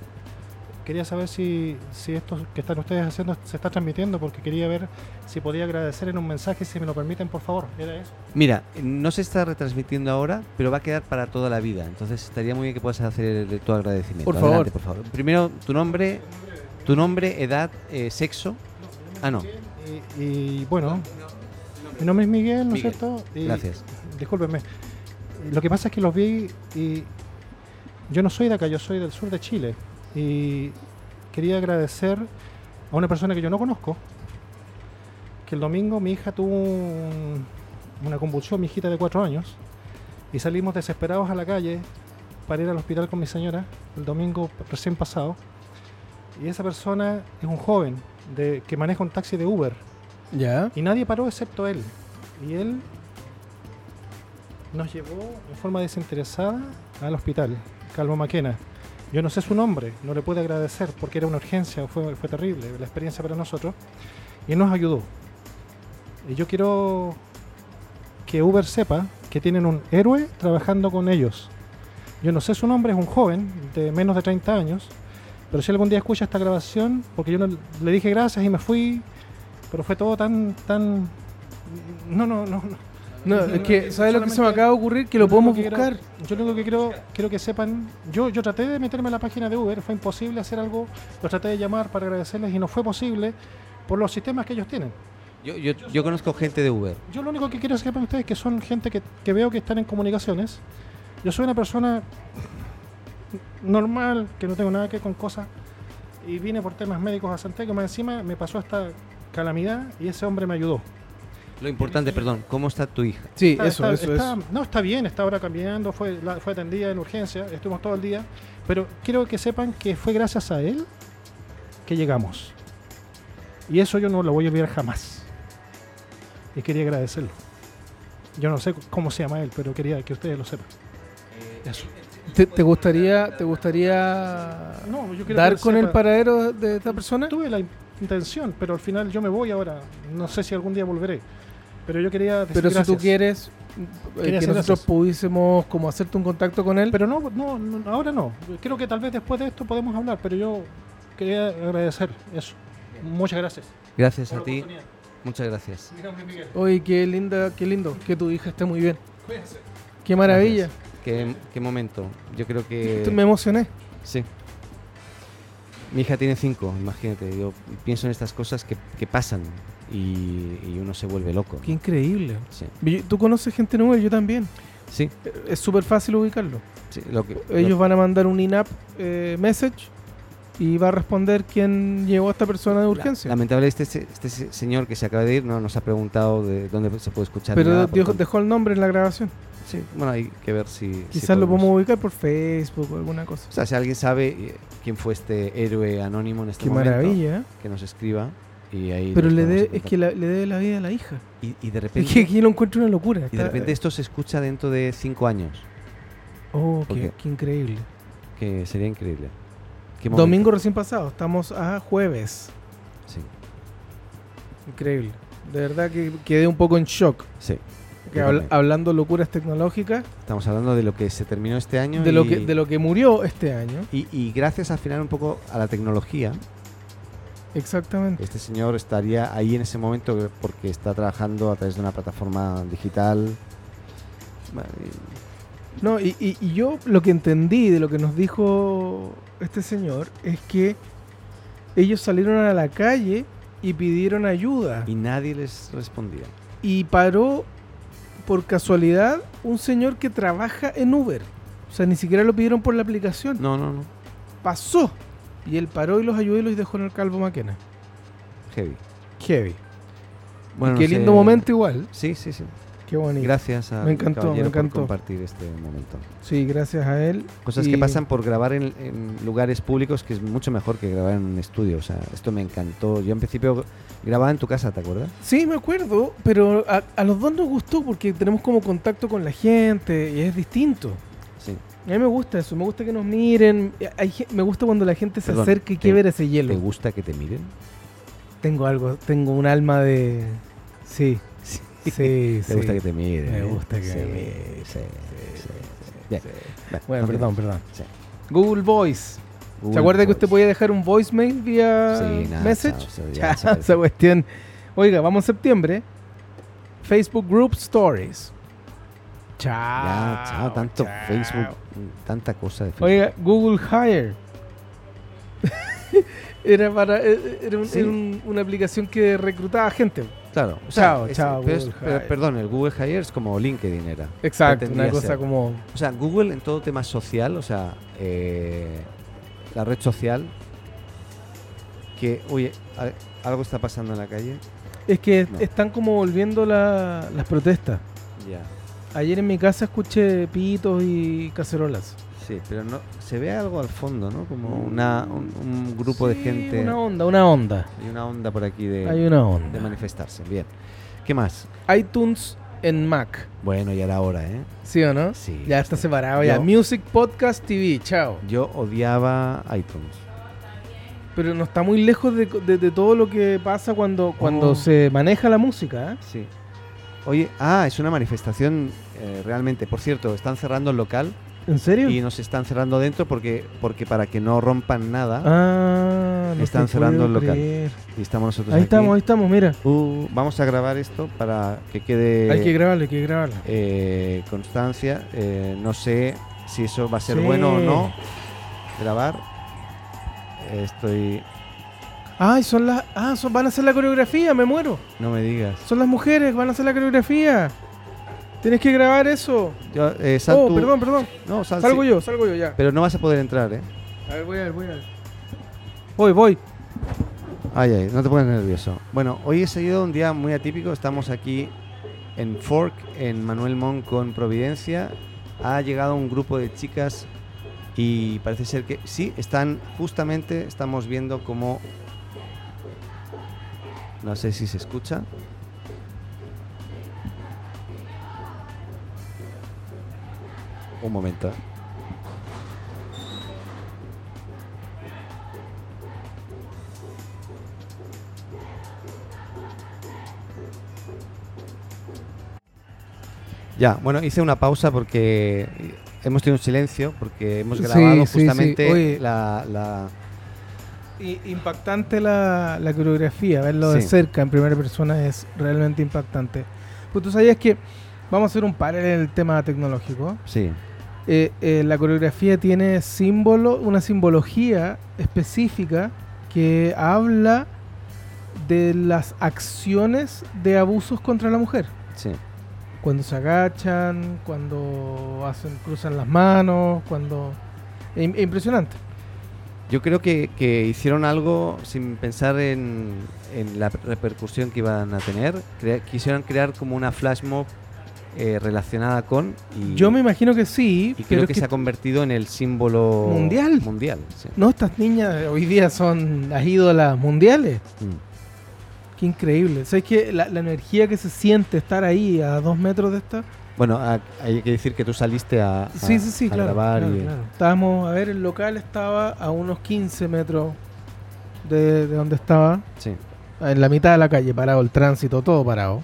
Speaker 4: quería saber si, si esto que están ustedes haciendo se está transmitiendo, porque quería ver si podía agradecer en un mensaje, si me lo permiten, por favor. Era eso.
Speaker 2: Mira, no se está retransmitiendo ahora, pero va a quedar para toda la vida. Entonces estaría muy bien que puedas hacer tu agradecimiento.
Speaker 1: Por favor.
Speaker 2: Adelante, por favor. Primero, tu nombre, tu nombre, edad, eh, sexo. Ah, no.
Speaker 4: Y, y, bueno, mi nombre es Miguel, ¿no es
Speaker 2: Miguel.
Speaker 4: cierto? Y-
Speaker 2: Gracias.
Speaker 4: Discúlpenme. Lo que pasa es que los vi y yo no soy de acá, yo soy del sur de Chile. Y quería agradecer a una persona que yo no conozco, que el domingo mi hija tuvo un- una convulsión, mi hijita de cuatro años, y salimos desesperados a la calle para ir al hospital con mi señora el domingo recién pasado. Y esa persona es un joven de, que maneja un taxi de Uber.
Speaker 1: Ya.
Speaker 4: Y nadie paró excepto él. Y él nos llevó de forma desinteresada al hospital, Calvo Maquena. Yo no sé su nombre, no le pude agradecer porque era una urgencia, fue, fue terrible la experiencia para nosotros. Y él nos ayudó. Y yo quiero que Uber sepa que tienen un héroe trabajando con ellos. Yo no sé su nombre, es un joven de menos de 30 años. Pero si algún día escucha esta grabación, porque yo no- le dije gracias y me fui, pero fue todo tan, tan... No, no, no, no.
Speaker 1: No, es que, ¿sabes lo que se me
Speaker 4: Solamente-
Speaker 1: acaba de ocurrir? Que lo
Speaker 4: Yo lo
Speaker 1: podemos
Speaker 4: que quiero-
Speaker 1: buscar.
Speaker 4: yo lo único que quiero, quiero que sepan, yo, yo traté de meterme a la página de Uber, fue imposible hacer algo, los traté de llamar para agradecerles y no fue posible por los sistemas que ellos tienen.
Speaker 2: Yo, yo, yo conozco gente de Uber.
Speaker 4: Yo lo único que quiero que sepan ustedes es que son gente que, que veo que están en comunicaciones. Yo soy una persona normal, que no tengo nada que ver con cosas, y vine por temas médicos a Santiago, más encima me pasó esta calamidad y ese hombre me ayudó.
Speaker 2: Lo importante, perdón, ¿cómo está tu hija?
Speaker 1: Sí,
Speaker 4: Está-
Speaker 1: eso,
Speaker 4: está-
Speaker 1: eso,
Speaker 4: está-
Speaker 1: eso.
Speaker 4: No, está bien, está ahora caminando, fue, la- fue atendida en urgencia, estuvimos todo el día, pero quiero que sepan que fue gracias a él que llegamos. Y eso yo no lo voy a olvidar jamás. Y quería agradecerlo. Yo no sé c- cómo se llama él, pero quería que ustedes lo sepan. Eso.
Speaker 1: ¿Te, te gustaría, te gustaría
Speaker 4: No, yo quiero
Speaker 1: dar
Speaker 4: que
Speaker 1: con
Speaker 4: sepa-
Speaker 1: el paradero de esta persona?
Speaker 4: Tuve la in- intención, pero al final yo me voy ahora. No sé si algún día volveré. Pero yo quería decir
Speaker 1: Pero si
Speaker 4: gracias.
Speaker 1: tú quieres eh,
Speaker 4: Quería
Speaker 1: que
Speaker 4: hacer
Speaker 1: nosotros
Speaker 4: gracias.
Speaker 1: pudiésemos como hacerte un contacto con él.
Speaker 4: Pero no, no, no, ahora no. Creo que tal vez después de esto podemos hablar, pero yo quería agradecer eso. Muchas gracias.
Speaker 2: Gracias
Speaker 4: por
Speaker 2: a
Speaker 4: la
Speaker 2: ti,
Speaker 4: oportunidad.
Speaker 2: muchas gracias.
Speaker 4: Mi nombre es Miguel.
Speaker 1: Oye, qué linda, qué lindo, que tu hija esté muy bien.
Speaker 4: Cuídense.
Speaker 1: Qué maravilla.
Speaker 2: ¿Qué, qué momento? Yo creo que...
Speaker 1: Esto- Me emocioné.
Speaker 2: Sí. Mi hija tiene cinco, imagínate. Yo pienso en estas cosas que, que pasan y, y uno se vuelve loco.
Speaker 1: Qué increíble.
Speaker 2: Sí,
Speaker 1: Yo- Tú conoces gente nueva, yo también.
Speaker 2: sí.
Speaker 1: Eh, Es súper fácil ubicarlo.
Speaker 2: sí, lo que, lo-
Speaker 1: Ellos van a mandar un in-app eh, message y va a responder quién llevó a esta persona de urgencia.
Speaker 2: Lamentablemente este, este se- señor que se acaba de ir no nos ha preguntado de dónde se puede escuchar. ni
Speaker 1: Pero
Speaker 2: nada, por
Speaker 1: dejó,
Speaker 2: tanto-
Speaker 1: dejó el nombre en la grabación.
Speaker 2: Sí, bueno, hay que ver si... si
Speaker 1: Quizás lo podemos ubicar por Facebook o alguna cosa.
Speaker 2: O sea, si alguien sabe eh, quién fue este héroe anónimo en este
Speaker 1: Qué
Speaker 2: momento, este
Speaker 1: maravilla. ¿eh?
Speaker 2: que nos escriba y ahí...
Speaker 1: Pero
Speaker 2: nos
Speaker 1: le
Speaker 2: ponemos
Speaker 1: dé-
Speaker 2: en
Speaker 1: es que la- le debe la vida a la hija.
Speaker 2: contacto. Y, y de
Speaker 1: Es que
Speaker 2: repente...
Speaker 1: aquí lo encuentro una
Speaker 2: Y
Speaker 1: locura.
Speaker 2: de
Speaker 1: Está- eh.
Speaker 2: repente esto se escucha dentro de cinco años,
Speaker 1: Oh,
Speaker 2: ¿Por
Speaker 1: qué,
Speaker 2: qué?
Speaker 1: qué increíble.
Speaker 2: que sería increíble. Qué momento.
Speaker 1: Domingo recién pasado, estamos a jueves.
Speaker 2: Sí,
Speaker 1: Increíble. De verdad que quedé un poco en shock.
Speaker 2: sí.
Speaker 1: Que
Speaker 2: Yo
Speaker 1: habl-
Speaker 2: también.
Speaker 1: hablando locuras tecnológicas,
Speaker 2: Estamos hablando de lo que se terminó este año
Speaker 1: de
Speaker 2: y,
Speaker 1: lo, que, de lo que murió este año.
Speaker 2: y, y gracias al final un poco a la tecnología,
Speaker 1: Exactamente.
Speaker 2: este señor estaría ahí en ese momento porque está trabajando a través de una plataforma digital. Bueno, y-
Speaker 1: No, y, y- y yo lo que entendí de lo que nos dijo este señor es que ellos salieron a la calle y pidieron ayuda.
Speaker 2: Y nadie les respondía.
Speaker 1: Y paró por casualidad un señor que trabaja en Uber. O sea, ni siquiera lo pidieron por la aplicación.
Speaker 2: No, no, no.
Speaker 1: Pasó. Y él paró y los ayudó y los dejó en el calvo maquena.
Speaker 2: Heavy.
Speaker 1: Heavy.
Speaker 2: Bueno,
Speaker 1: Qué
Speaker 2: no sé-
Speaker 1: lindo momento igual.
Speaker 2: Sí, sí, sí.
Speaker 1: Qué bonito.
Speaker 2: Gracias a
Speaker 1: Me encantó, me encantó.
Speaker 2: por compartir este momento.
Speaker 1: Sí, gracias a él.
Speaker 2: Cosas
Speaker 1: Y-
Speaker 2: que pasan por grabar en, en lugares públicos que es mucho mejor que grabar en un estudio. O sea, esto me encantó. Yo en principio grababa en tu casa, ¿te acuerdas?
Speaker 1: Sí, me acuerdo, pero a, a los dos nos gustó porque tenemos como contacto con la gente y es distinto.
Speaker 2: Sí.
Speaker 1: A mí me gusta eso, me gusta que nos miren. eh, hay gen- me gusta cuando la gente se
Speaker 2: Perdón,
Speaker 1: acerca y
Speaker 2: te-
Speaker 1: quiere ver ese hielo.
Speaker 2: ¿Te gusta que te miren?
Speaker 1: Tengo algo, tengo un alma de. Sí.
Speaker 2: Sí.
Speaker 1: Sí, sí.
Speaker 2: ¿Te gusta que te miren?
Speaker 1: Me
Speaker 2: eh?
Speaker 1: gusta que
Speaker 2: Sí,
Speaker 1: me miren.
Speaker 2: sí, sí, sí.
Speaker 1: Sí,
Speaker 2: Bien.
Speaker 1: Bueno,
Speaker 2: continúa.
Speaker 1: perdón, perdón.
Speaker 2: Ah, Sí.
Speaker 1: Google Voice.
Speaker 2: Google
Speaker 1: ¿Se acuerda que
Speaker 2: Voice.
Speaker 1: usted podía dejar un voicemail vía
Speaker 2: Sí, nada,
Speaker 1: message?
Speaker 2: chao, se- ya,
Speaker 1: Ya,
Speaker 2: se-
Speaker 1: esa cuestión. Oiga, vamos a septiembre. Facebook Group Stories. Chao.
Speaker 2: Ya, chao, tanto
Speaker 1: chao.
Speaker 2: Facebook, mm, tanta cosa de Facebook.
Speaker 1: Oiga, Google Hire. era para eh, era, un-
Speaker 2: Sí.
Speaker 1: era un- una aplicación que reclutaba gente.
Speaker 2: claro, o
Speaker 1: chao,
Speaker 2: es-
Speaker 1: chao,
Speaker 2: pero es-
Speaker 1: Google
Speaker 2: pero-
Speaker 1: Hire.
Speaker 2: perdón, el Google Hire es como LinkedIn era.
Speaker 1: Exacto,
Speaker 2: Pretendía
Speaker 1: una cosa
Speaker 2: ser.
Speaker 1: como
Speaker 2: O sea, Google en todo tema social, o sea, eh, la red social, que, oye, a- algo está pasando en la calle.
Speaker 1: Es que
Speaker 2: No.
Speaker 1: están como volviendo la- las protestas.
Speaker 2: Ya.
Speaker 1: Ayer en mi casa escuché pitos y cacerolas.
Speaker 2: Sí, pero no se ve algo al fondo, ¿no? Como una, un, un grupo de
Speaker 1: Sí,
Speaker 2: gente.
Speaker 1: Una onda, una onda.
Speaker 2: Hay una onda por aquí de,
Speaker 1: Hay una
Speaker 2: de
Speaker 1: onda.
Speaker 2: manifestarse. Bien. ¿Qué más?
Speaker 1: iTunes en Mac.
Speaker 2: Bueno, ya era hora, ¿eh?
Speaker 1: ¿Sí o no?
Speaker 2: Sí.
Speaker 1: Ya está separado ya.
Speaker 2: Yo-
Speaker 1: Music, Podcast, TV. Chao.
Speaker 2: Yo odiaba iTunes.
Speaker 1: Pero no está muy lejos de, de- de todo lo que pasa cuando, cuando
Speaker 2: Oh.
Speaker 1: se maneja la música. ¿eh?
Speaker 2: Sí. Oye, ah, es una manifestación eh, realmente. Por cierto, están cerrando el local
Speaker 1: ¿En serio?
Speaker 2: y nos están cerrando dentro porque, porque para que no rompan nada
Speaker 1: Ah, no
Speaker 2: Están
Speaker 1: te
Speaker 2: cerrando
Speaker 1: puedo
Speaker 2: el local.
Speaker 1: creer.
Speaker 2: y estamos nosotros
Speaker 1: Ahí
Speaker 2: aquí.
Speaker 1: estamos, ahí estamos, mira.
Speaker 2: Uh, vamos a grabar esto para que quede
Speaker 1: hay que grabarlo, hay que grabarlo.
Speaker 2: eh, constancia. Eh, no sé si eso va a ser
Speaker 1: Sí.
Speaker 2: bueno o no. Grabar. Estoy.
Speaker 1: Ay, son las. Ah, son, van a hacer la coreografía, me muero.
Speaker 2: No me digas.
Speaker 1: Son las mujeres, van a hacer la coreografía. Tienes que grabar eso.
Speaker 2: Yo, eh, sal
Speaker 1: oh,
Speaker 2: tú.
Speaker 1: perdón, perdón.
Speaker 2: No, sal,
Speaker 1: Salgo
Speaker 2: Ah, sí.
Speaker 1: yo, salgo yo ya.
Speaker 2: Pero no vas a poder entrar, ¿eh?
Speaker 1: A ver, voy a ver, voy a ver. Voy, voy.
Speaker 2: Ay, ay, no te pongas nervioso. Bueno, hoy he seguido un día muy atípico. Estamos aquí en Fork, en Manuel Mon con Providencia. Ha llegado un grupo de chicas y parece ser que sí, están justamente, estamos viendo cómo... No sé si se escucha. Un momento. Ya, bueno, hice una pausa porque hemos tenido un silencio, porque hemos
Speaker 1: Sí,
Speaker 2: grabado
Speaker 1: sí, sí.
Speaker 2: justamente
Speaker 1: Oye.
Speaker 2: la- la,
Speaker 1: I- impactante la, la coreografía, verlo de
Speaker 2: Sí.
Speaker 1: cerca en primera persona es realmente impactante. Pues tú sabías que vamos a hacer un par en el tema tecnológico.
Speaker 2: Sí,
Speaker 1: Eh, eh, la coreografía tiene símbolo, una simbología específica que habla de las acciones de abusos contra la mujer.
Speaker 2: sí.
Speaker 1: Cuando se agachan, cuando hacen, cruzan las manos, cuando. e- e impresionante.
Speaker 2: Yo creo que, que hicieron algo sin pensar en, en la repercusión que iban a tener. Crea- quisieron crear como una flash mob eh, relacionada con. Y,
Speaker 1: Yo me imagino que sí,
Speaker 2: y
Speaker 1: pero
Speaker 2: creo
Speaker 1: es
Speaker 2: que,
Speaker 1: que
Speaker 2: se ha convertido en el símbolo.
Speaker 1: ¿Mundial?
Speaker 2: Mundial, sí.
Speaker 1: No, estas niñas de hoy día son las ídolas mundiales.
Speaker 2: Mm.
Speaker 1: Qué increíble. ¿Sabes que la, la energía que se siente estar ahí a dos metros de esta?
Speaker 2: Bueno, a- hay que decir que tú saliste a, a-
Speaker 1: sí, sí, sí,
Speaker 2: a
Speaker 1: claro.
Speaker 2: grabar.
Speaker 1: claro,
Speaker 2: y-
Speaker 1: claro. Estábamos, a ver, el local estaba a unos 15 metros de, de donde estaba,
Speaker 2: Sí.
Speaker 1: en la mitad de la calle, parado el tránsito, todo parado.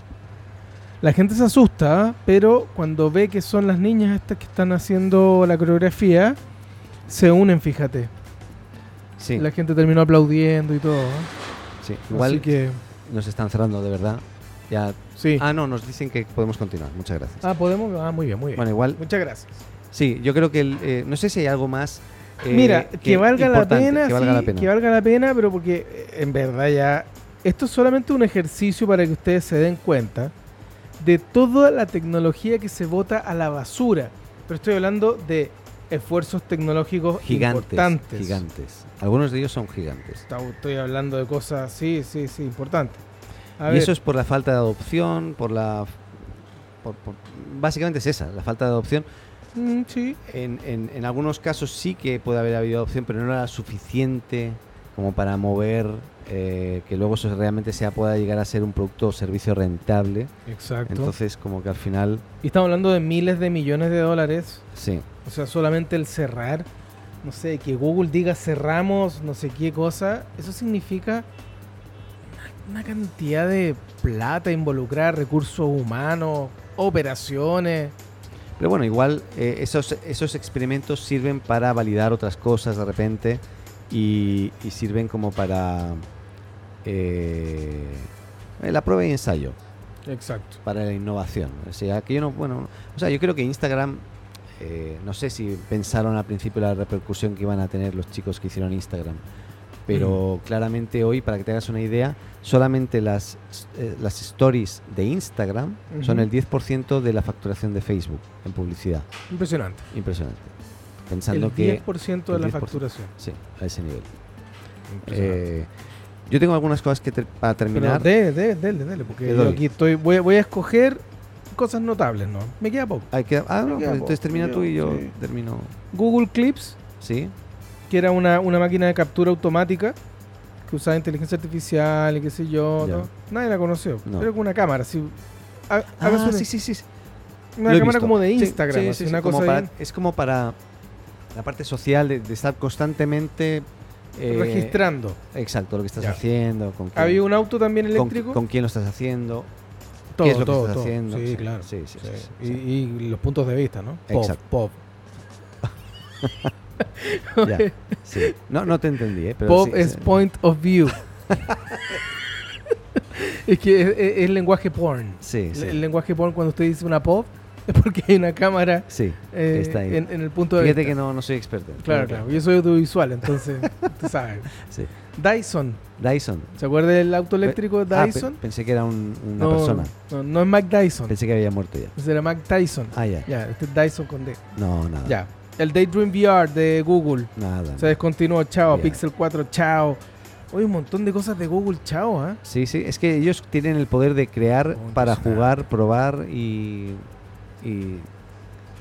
Speaker 1: La gente se asusta, ¿ah? pero cuando ve que son las niñas estas que están haciendo la coreografía, se unen, fíjate.
Speaker 2: Sí,
Speaker 1: La gente terminó aplaudiendo y todo. ¿ah?
Speaker 2: sí. Igual
Speaker 1: Así que,
Speaker 2: nos están cerrando, de verdad. Ya.
Speaker 1: sí.
Speaker 2: Ah, no, nos dicen que podemos continuar. Muchas gracias.
Speaker 1: Ah, podemos. Ah, muy bien, muy bien.
Speaker 2: Bueno, igual
Speaker 1: Muchas gracias.
Speaker 2: Sí, yo creo que el, eh, no sé si hay algo más. eh,
Speaker 1: Mira, que, valga la
Speaker 2: importante,
Speaker 1: pena,
Speaker 2: que valga
Speaker 1: sí,
Speaker 2: la pena.
Speaker 1: que valga la pena, pero porque eh, en verdad ya esto es solamente un ejercicio para que ustedes se den cuenta de toda la tecnología que se bota a la basura. Pero estoy hablando de esfuerzos tecnológicos
Speaker 2: gigantes,
Speaker 1: importantes.
Speaker 2: gigantes. Algunos de ellos son gigantes.
Speaker 1: Está- Estoy hablando de cosas, sí, sí, sí, importantes. A
Speaker 2: y
Speaker 1: ver,
Speaker 2: eso es por la falta de adopción, por la, por- por- básicamente es esa, la falta de adopción.
Speaker 1: mm, sí.
Speaker 2: En, en- en algunos casos sí que puede haber habido adopción, pero no era suficiente como para mover eh, que luego eso realmente sea pueda llegar a ser un producto o servicio rentable.
Speaker 1: Exacto.
Speaker 2: Entonces, como que al final,
Speaker 1: y estamos hablando de miles de millones de dólares
Speaker 2: sí.
Speaker 1: O sea, solamente el cerrar, no sé, que Google diga cerramos, no sé qué cosa, eso significa una, una cantidad de plata involucrada, recursos humanos, operaciones.
Speaker 2: Pero bueno, igual eh, esos, esos experimentos sirven para validar otras cosas de repente y, y sirven como para eh, la prueba y ensayo,
Speaker 1: Exacto.
Speaker 2: para la innovación. O sea, que yo no, bueno, o sea, yo creo que Instagram, eh, no sé si pensaron al principio la repercusión que iban a tener los chicos que hicieron Instagram, pero claramente hoy, para que te hagas una idea, solamente las, eh, las stories de Instagram son
Speaker 1: Ujú.
Speaker 2: el 10% de la facturación de Facebook en publicidad.
Speaker 1: Impresionante.
Speaker 2: Impresionante.
Speaker 1: El
Speaker 2: Pensando que...
Speaker 1: 10% de
Speaker 2: el
Speaker 1: la
Speaker 2: 10%.
Speaker 1: facturación.
Speaker 2: Sí, a ese nivel.
Speaker 1: Impresionante.
Speaker 2: Eh, yo tengo algunas cosas que ter- para
Speaker 1: Pero
Speaker 2: terminar.
Speaker 1: dele, dele, dele, dele, porque
Speaker 2: Le
Speaker 1: yo
Speaker 2: doy.
Speaker 1: aquí estoy, voy, voy a escoger cosas notables, ¿no? Me queda poco.
Speaker 2: Hay que, ah, no,
Speaker 1: Ya,
Speaker 2: pues
Speaker 1: po,
Speaker 2: entonces termina
Speaker 1: yo,
Speaker 2: tú y yo
Speaker 1: sí.
Speaker 2: termino.
Speaker 1: Google Clips,
Speaker 2: ¿Sí?
Speaker 1: que era una, una máquina de captura automática que usaba inteligencia artificial y qué sé yo.
Speaker 2: Ya.
Speaker 1: ¿no? Nadie la conoció.
Speaker 2: No.
Speaker 1: Era con una cámara. Si, ha-
Speaker 2: Ah,
Speaker 1: hagas una,
Speaker 2: sí, sí, sí. sí.
Speaker 1: una
Speaker 2: Lo he
Speaker 1: cámara
Speaker 2: visto.
Speaker 1: como de
Speaker 2: Sí,
Speaker 1: Instagram.
Speaker 2: sí,
Speaker 1: así,
Speaker 2: sí, sí,
Speaker 1: una
Speaker 2: como
Speaker 1: cosa
Speaker 2: para-
Speaker 1: bien
Speaker 2: Es como para la parte social de, de estar constantemente. eh,
Speaker 1: registrando.
Speaker 2: Exacto, lo que estás
Speaker 1: Ya.
Speaker 2: haciendo. Con quién,
Speaker 1: Había un auto también
Speaker 2: con-
Speaker 1: eléctrico.
Speaker 2: con quién lo estás haciendo.
Speaker 1: todo,
Speaker 2: qué es lo que
Speaker 1: todo,
Speaker 2: estás
Speaker 1: todo.
Speaker 2: haciendo.
Speaker 1: Sí,
Speaker 2: Sí,
Speaker 1: claro.
Speaker 2: sí, sí,
Speaker 1: Sí.
Speaker 2: sí,
Speaker 1: Y,
Speaker 2: sí.
Speaker 1: y los puntos de vista, ¿no? Pop,
Speaker 2: Exacto.
Speaker 1: pop.
Speaker 2: Ya, sí. No, no te entendí, ¿eh? Pero
Speaker 1: Pop
Speaker 2: sí,
Speaker 1: es
Speaker 2: sí.
Speaker 1: point of view. es que es, es- es lenguaje porn.
Speaker 2: Sí, sí.
Speaker 1: El, el lenguaje porn cuando usted dice una pop es porque hay una cámara
Speaker 2: sí.
Speaker 1: eh,
Speaker 2: Está ahí.
Speaker 1: en, en el punto de
Speaker 2: Fíjate
Speaker 1: vista.
Speaker 2: que no, no soy experto.
Speaker 1: Claro, claro. Yo soy audiovisual, entonces, tú sabes.
Speaker 2: Sí.
Speaker 1: Dyson.
Speaker 2: Dyson.
Speaker 1: ¿Se acuerda del auto eléctrico
Speaker 2: Ah, pe-
Speaker 1: Dyson?
Speaker 2: pensé que era un- una
Speaker 1: no,
Speaker 2: persona.
Speaker 1: No, no es Mac Dyson.
Speaker 2: Pensé que había muerto ya.
Speaker 1: Ese era Mac Dyson.
Speaker 2: Ah, ya.
Speaker 1: Ya, este es Dyson con D.
Speaker 2: No, nada.
Speaker 1: Ya. El Daydream VR de Google.
Speaker 2: Nada.
Speaker 1: Se descontinuó, chao.
Speaker 2: Ya.
Speaker 1: Pixel 4, chao. Oye, un montón de cosas de Google, chao, ¿ah?
Speaker 2: Sí, sí, es que ellos tienen el poder de crear
Speaker 1: Oh,
Speaker 2: para
Speaker 1: impresionante.
Speaker 2: jugar, probar y, y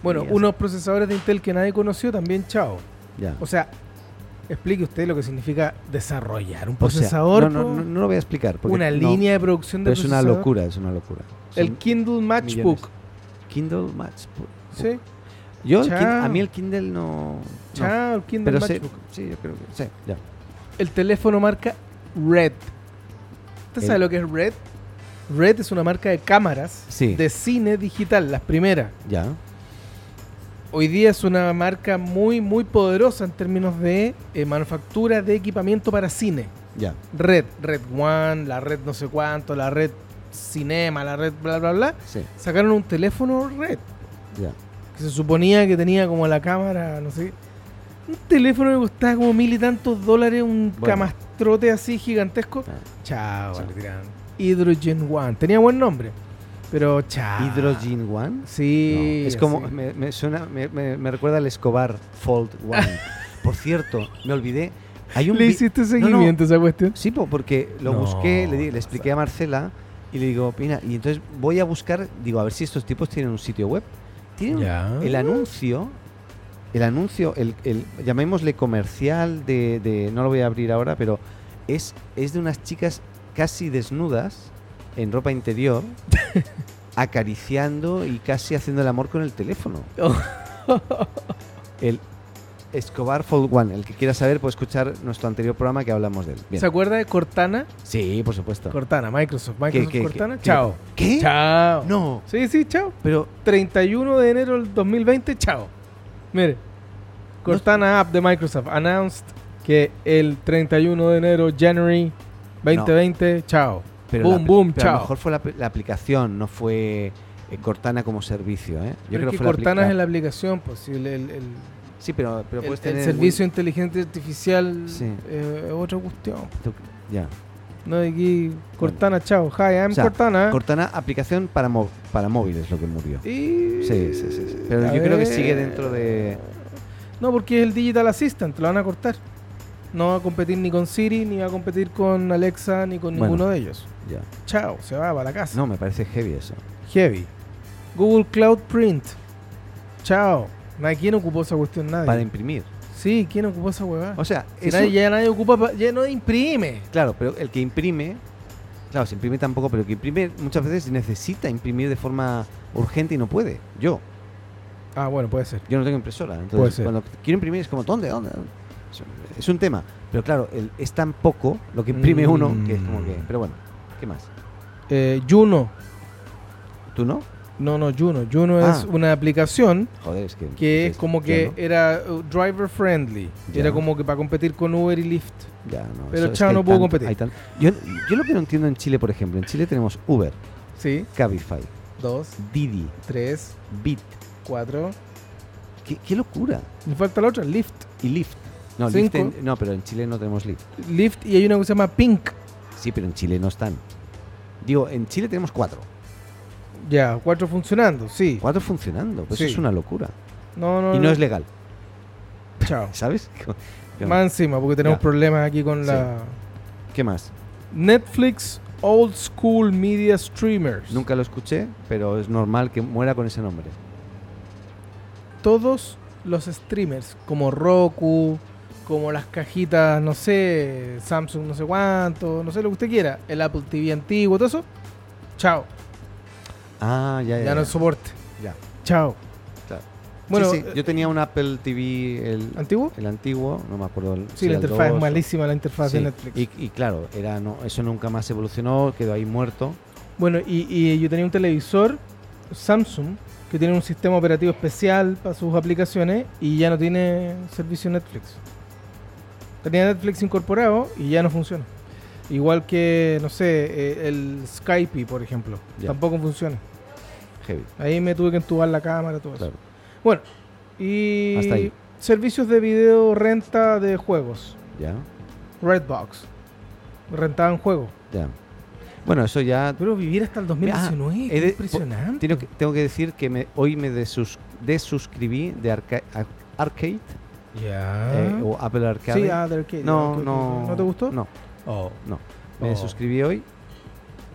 Speaker 1: Bueno,
Speaker 2: Y así.
Speaker 1: unos procesadores de Intel que nadie conoció también, chao.
Speaker 2: ya.
Speaker 1: O sea, explique usted lo que significa desarrollar un
Speaker 2: O sea,
Speaker 1: procesador,
Speaker 2: no, no,
Speaker 1: po,
Speaker 2: no, no lo voy a explicar. Porque
Speaker 1: una
Speaker 2: no,
Speaker 1: línea de producción de
Speaker 2: pero es una
Speaker 1: procesador.
Speaker 2: locura, es una locura. Son
Speaker 1: El Kindle Matchbook,
Speaker 2: Kindle Match.
Speaker 1: ¿sí?
Speaker 2: Yo, el Kin-
Speaker 1: Chao.
Speaker 2: a mí el Kindle no. no,
Speaker 1: Chao, el Kindle
Speaker 2: pero sé,
Speaker 1: Matchbook.
Speaker 2: sí, yo creo que sí, ya.
Speaker 1: El teléfono marca Red. ¿Usted
Speaker 2: El-
Speaker 1: sabe lo que es Red? Red es una marca de cámaras
Speaker 2: Sí.
Speaker 1: de cine digital, las primeras.
Speaker 2: Ya.
Speaker 1: Hoy día es una marca muy, muy poderosa en términos de eh, manufactura de equipamiento para cine.
Speaker 2: Ya.
Speaker 1: Red, Red One, la red no sé cuánto, la red Cinema, la red bla, bla, bla.
Speaker 2: Sí.
Speaker 1: Sacaron un teléfono Red,
Speaker 2: Ya.
Speaker 1: que se suponía que tenía como la cámara, no sé. Un teléfono que costaba como mil y tantos dólares, un
Speaker 2: Bueno.
Speaker 1: camastrote así gigantesco.
Speaker 2: Ah.
Speaker 1: Chao,
Speaker 2: Chao.
Speaker 1: le tiraron. Hydrogen One. Tenía buen nombre, pero chao.
Speaker 2: Hydrogen One.
Speaker 1: Ah. Sí.
Speaker 2: No, es como,
Speaker 1: así.
Speaker 2: me, me suena, me, me- me recuerda al Escobar Fold One. Por cierto, me olvidé. Hay un
Speaker 1: ¿Le
Speaker 2: vi-
Speaker 1: hiciste
Speaker 2: no.
Speaker 1: seguimiento a esa cuestión?
Speaker 2: Sí, po, porque lo
Speaker 1: No,
Speaker 2: busqué, le, di- le
Speaker 1: o sea.
Speaker 2: expliqué a Marcela y le digo, mira, y entonces voy a buscar, digo, a ver si estos tipos tienen un sitio web. Tienen
Speaker 1: Ya.
Speaker 2: el anuncio, el anuncio, el, el- llamémosle comercial de, de- no lo voy a abrir ahora, pero es, es de unas chicas casi desnudas, en ropa interior, acariciando y casi haciendo el amor con el teléfono. el Escobar Fold One, el que quiera saber puede escuchar nuestro anterior programa que hablamos de él. Bien.
Speaker 1: ¿Se acuerda de Cortana?
Speaker 2: Sí, por supuesto.
Speaker 1: Cortana, Microsoft, Microsoft
Speaker 2: ¿Qué, qué,
Speaker 1: Cortana.
Speaker 2: qué?
Speaker 1: chao.
Speaker 2: ¿Qué?
Speaker 1: Chao.
Speaker 2: No,
Speaker 1: Sí, sí, chao.
Speaker 2: pero
Speaker 1: 31 de enero del 2020, chao. Mire, Cortana App de Microsoft announced que el 31 de enero, January 2020, chao.
Speaker 2: Pero
Speaker 1: Boom,
Speaker 2: la-
Speaker 1: boom,
Speaker 2: pero A
Speaker 1: chao.
Speaker 2: lo mejor fue la, la aplicación, no fue eh, Cortana como servicio, ¿eh?
Speaker 1: Pero es que
Speaker 2: fue la
Speaker 1: Cortana
Speaker 2: aplica-
Speaker 1: es la aplicación, pues si el, el- el-
Speaker 2: Sí, pero, pero
Speaker 1: el-
Speaker 2: puedes
Speaker 1: el
Speaker 2: tener...
Speaker 1: servicio de inteligencia artificial
Speaker 2: Sí.
Speaker 1: eh, es otra cuestión.
Speaker 2: Win- Ya.
Speaker 1: No de aquí, Cortana, chao. Hi, I'm
Speaker 2: O sea,
Speaker 1: Cortana.
Speaker 2: Cortana, aplicación para, mó- para móviles, lo que murió.
Speaker 1: y...
Speaker 2: Sí, sí, sí. sí. Pero
Speaker 1: A
Speaker 2: yo creo que
Speaker 1: ver.
Speaker 2: sigue dentro de...
Speaker 1: No, porque es el Digital Assistant, lo van a cortar. No va a competir ni con Siri, ni va a competir con Alexa, ni con
Speaker 2: Bueno.
Speaker 1: ninguno de ellos.
Speaker 2: Ya.
Speaker 1: Chao, se va para la casa.
Speaker 2: No, me parece heavy eso.
Speaker 1: Heavy. Google Cloud Print. Chao. Nadie, ¿Quién ocupó esa cuestión? Nadie.
Speaker 2: Para imprimir.
Speaker 1: sí, ¿quién ocupó esa huevada?
Speaker 2: O sea,
Speaker 1: Si
Speaker 2: eso-
Speaker 1: nadie- ya nadie ocupa, pa- ya no imprime.
Speaker 2: Claro, pero el que imprime... Claro, se imprime tampoco, pero el que imprime muchas veces necesita imprimir de forma urgente y no puede. Yo.
Speaker 1: Ah, bueno, puede ser.
Speaker 2: Yo no tengo impresora,
Speaker 1: Puede
Speaker 2: entonces
Speaker 1: ser.
Speaker 2: cuando quiero imprimir es como, ¿dónde? ¿Dónde? Es- Es un tema. Pero claro, el- es tan poco lo que imprime uno que es como que...
Speaker 1: Mm.
Speaker 2: Pero bueno, ¿qué más?
Speaker 1: Eh, Juno.
Speaker 2: ¿Tú no?
Speaker 1: No, no, Juno. Juno es
Speaker 2: Ah.
Speaker 1: una aplicación
Speaker 2: Joder, es que.
Speaker 1: que es
Speaker 2: ya
Speaker 1: como que
Speaker 2: no,
Speaker 1: era uh, driver friendly.
Speaker 2: Ya.
Speaker 1: Era como que para competir con Uber y Lyft.
Speaker 2: ya no,
Speaker 1: pero
Speaker 2: eso es
Speaker 1: Chao
Speaker 2: que
Speaker 1: no
Speaker 2: hay
Speaker 1: pudo
Speaker 2: tanto-
Speaker 1: competir.
Speaker 2: hay tan- Yo, yo lo que no entiendo en Chile, por ejemplo, en Chile tenemos Uber,
Speaker 1: Sí.
Speaker 2: Cabify,
Speaker 1: Dos,
Speaker 2: Didi,
Speaker 1: tres,
Speaker 2: Bit.
Speaker 1: cuatro.
Speaker 2: ¿Qué, qué locura?
Speaker 1: Me falta la otra, Lyft.
Speaker 2: Y Lyft. No, Lyft
Speaker 1: Cinco.
Speaker 2: en- no, pero en Chile no tenemos Lyft.
Speaker 1: Lyft y hay una que se llama Pink.
Speaker 2: Sí, pero en Chile no están. Digo, en Chile tenemos cuatro.
Speaker 1: Ya, cuatro funcionando, sí.
Speaker 2: Cuatro funcionando. Pues
Speaker 1: Sí. Ah.
Speaker 2: eso es una locura.
Speaker 1: No, no,
Speaker 2: Y no es legal,
Speaker 1: Chao.
Speaker 2: ¿sabes?
Speaker 1: Más encima, porque tenemos
Speaker 2: Ya.
Speaker 1: problemas aquí con la...
Speaker 2: ¿Qué más?
Speaker 1: Netflix Old School Media Streamers.
Speaker 2: Nunca lo escuché, pero es normal que muera con ese nombre.
Speaker 1: Todos los streamers, como Roku, como las cajitas, no sé, Samsung no sé cuánto, no sé lo que usted quiera, el Apple TV antiguo, todo eso, chao.
Speaker 2: Ah, ya, ya.
Speaker 1: Ya no
Speaker 2: ya.
Speaker 1: hay soporte.
Speaker 2: Ya.
Speaker 1: Chao.
Speaker 2: Claro.
Speaker 1: Bueno, eh,
Speaker 2: Sí, sí, yo tenía un Apple TV, el,
Speaker 1: ¿antiguo?
Speaker 2: el antiguo, no me acuerdo. El,
Speaker 1: Sí,
Speaker 2: si
Speaker 1: la
Speaker 2: era el 2
Speaker 1: interfaz es
Speaker 2: o-
Speaker 1: malísima, la interfaz de
Speaker 2: Sí,
Speaker 1: Netflix.
Speaker 2: Y, y claro, era no, eso nunca más evolucionó, quedó ahí muerto.
Speaker 1: Bueno, y, y yo tenía un televisor Samsung que tiene un sistema operativo especial para sus aplicaciones y ya no tiene servicio Netflix. Tenía Netflix incorporado y ya no funciona. Igual que, no sé, eh, el Skype, por ejemplo.
Speaker 2: Ya.
Speaker 1: Tampoco funciona.
Speaker 2: Heavy.
Speaker 1: Ahí me tuve que entubar la cámara, todo
Speaker 2: Claro.
Speaker 1: eso. Bueno, y
Speaker 2: Hasta ahí.
Speaker 1: servicios de video renta de juegos.
Speaker 2: Ya,
Speaker 1: Redbox. Rentaban juegos.
Speaker 2: ya. Bueno, eso ya
Speaker 1: Pero vivir hasta el 2019,
Speaker 2: he
Speaker 1: qué
Speaker 2: de-
Speaker 1: impresionante.
Speaker 2: Tengo que, eh, tengo que decir que me- hoy me desus- desuscribí de Arca- Ar- Arcade
Speaker 1: Ya.
Speaker 2: eh, o Apple Arcade.
Speaker 1: Ah. Sí, ah, de arcade.
Speaker 2: no,
Speaker 1: ok, ok,
Speaker 2: no.
Speaker 1: ok. ¿No te gustó?
Speaker 2: No,
Speaker 1: Oh.
Speaker 2: no. Me
Speaker 1: Oh.
Speaker 2: desuscribí hoy.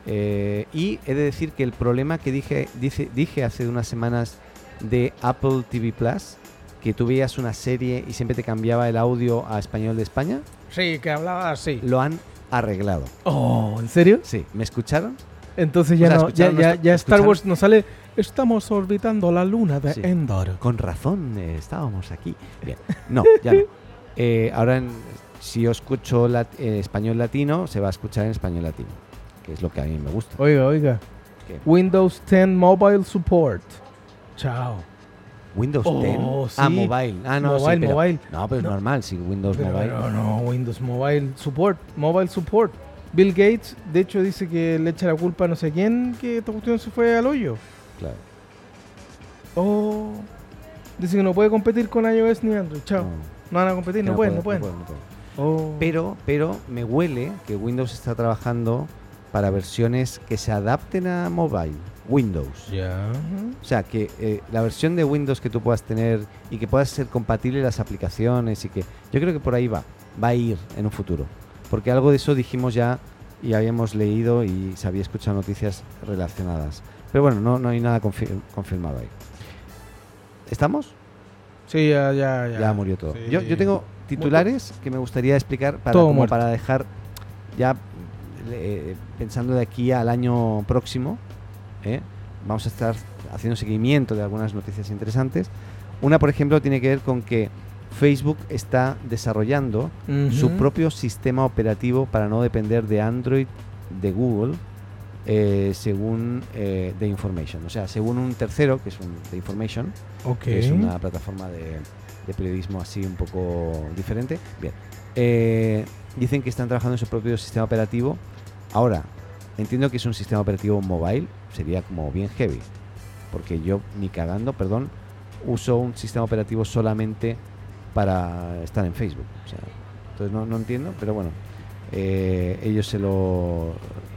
Speaker 2: eh, y he de decir que el problema que dije, dice, dije hace unas semanas de Apple TV Plus, que tú veías una serie y siempre te cambiaba el audio a español de España,
Speaker 1: Sí, que hablaba así.
Speaker 2: lo han arreglado.
Speaker 1: Oh, ¿en serio?
Speaker 2: Sí, ¿me escucharon?
Speaker 1: Entonces
Speaker 2: O
Speaker 1: ya,
Speaker 2: sea,
Speaker 1: no, ya,
Speaker 2: escucharon
Speaker 1: ya,
Speaker 2: nuestra-
Speaker 1: ya Star
Speaker 2: escucharon-
Speaker 1: Wars nos sale. Estamos orbitando la luna de
Speaker 2: Sí.
Speaker 1: Endor.
Speaker 2: Con razón, eh, estábamos aquí. Bien. No, ya no. Eh, ahora, en- si yo escucho lat- eh, español latino, se va a escuchar en español latino, que es lo que a mí me gusta.
Speaker 1: Oiga, oiga.
Speaker 2: ¿Qué?
Speaker 1: Windows 10 Mobile Support. Chao.
Speaker 2: Windows
Speaker 1: Oh,
Speaker 2: 10.
Speaker 1: sí.
Speaker 2: Ah, mobile. Ah, no, sí,
Speaker 1: Mobile,
Speaker 2: pero-
Speaker 1: mobile.
Speaker 2: No, pero es
Speaker 1: No.
Speaker 2: normal, sí, Windows
Speaker 1: Pero
Speaker 2: mobile.
Speaker 1: No, no, Windows Mobile Support. Mobile Support. Bill Gates, de hecho, dice que le echa la culpa a no sé quién que esta cuestión se fue al hoyo.
Speaker 2: Claro.
Speaker 1: Oh. Dice que no puede competir con iOS ni Android. Chao.
Speaker 2: No,
Speaker 1: No, van a competir,
Speaker 2: que
Speaker 1: no, pueden, no pueden.
Speaker 2: no pueden.
Speaker 1: Oh.
Speaker 2: Pero, pero me huele que Windows está trabajando para versiones que se adapten a mobile. Windows.
Speaker 1: Ya.
Speaker 2: O sea, que eh, la versión de Windows que tú puedas tener y que puedas ser compatible las aplicaciones y que yo creo que por ahí va, va a ir en un futuro. Porque algo de eso dijimos ya y habíamos leído y se había escuchado noticias relacionadas. Pero bueno, no, no hay nada confir- confirmado ahí. ¿Estamos?
Speaker 1: Sí, ya, ya, ya.
Speaker 2: Ya, murió todo.
Speaker 1: Sí.
Speaker 2: Yo, yo tengo titulares que me gustaría explicar para,
Speaker 1: Todo
Speaker 2: como
Speaker 1: muerto.
Speaker 2: para dejar ya eh, pensando de aquí al año próximo. ¿eh? Vamos a estar haciendo seguimiento de algunas noticias interesantes. Una, por ejemplo, tiene que ver con que Facebook está desarrollando
Speaker 1: Ujú.
Speaker 2: su propio sistema operativo para no depender de Android de Google eh, según eh, The Information. O sea, según un tercero, que es un The Information,
Speaker 1: Ok.
Speaker 2: que es una plataforma de, de periodismo así un poco diferente. Bien. Eh, dicen que están trabajando en su propio sistema operativo. Ahora, entiendo que es un sistema operativo mobile, sería como bien heavy. Porque yo, ni cagando, perdón, uso un sistema operativo solamente para estar en Facebook. O sea, entonces no, no entiendo, pero bueno, eh, ellos se lo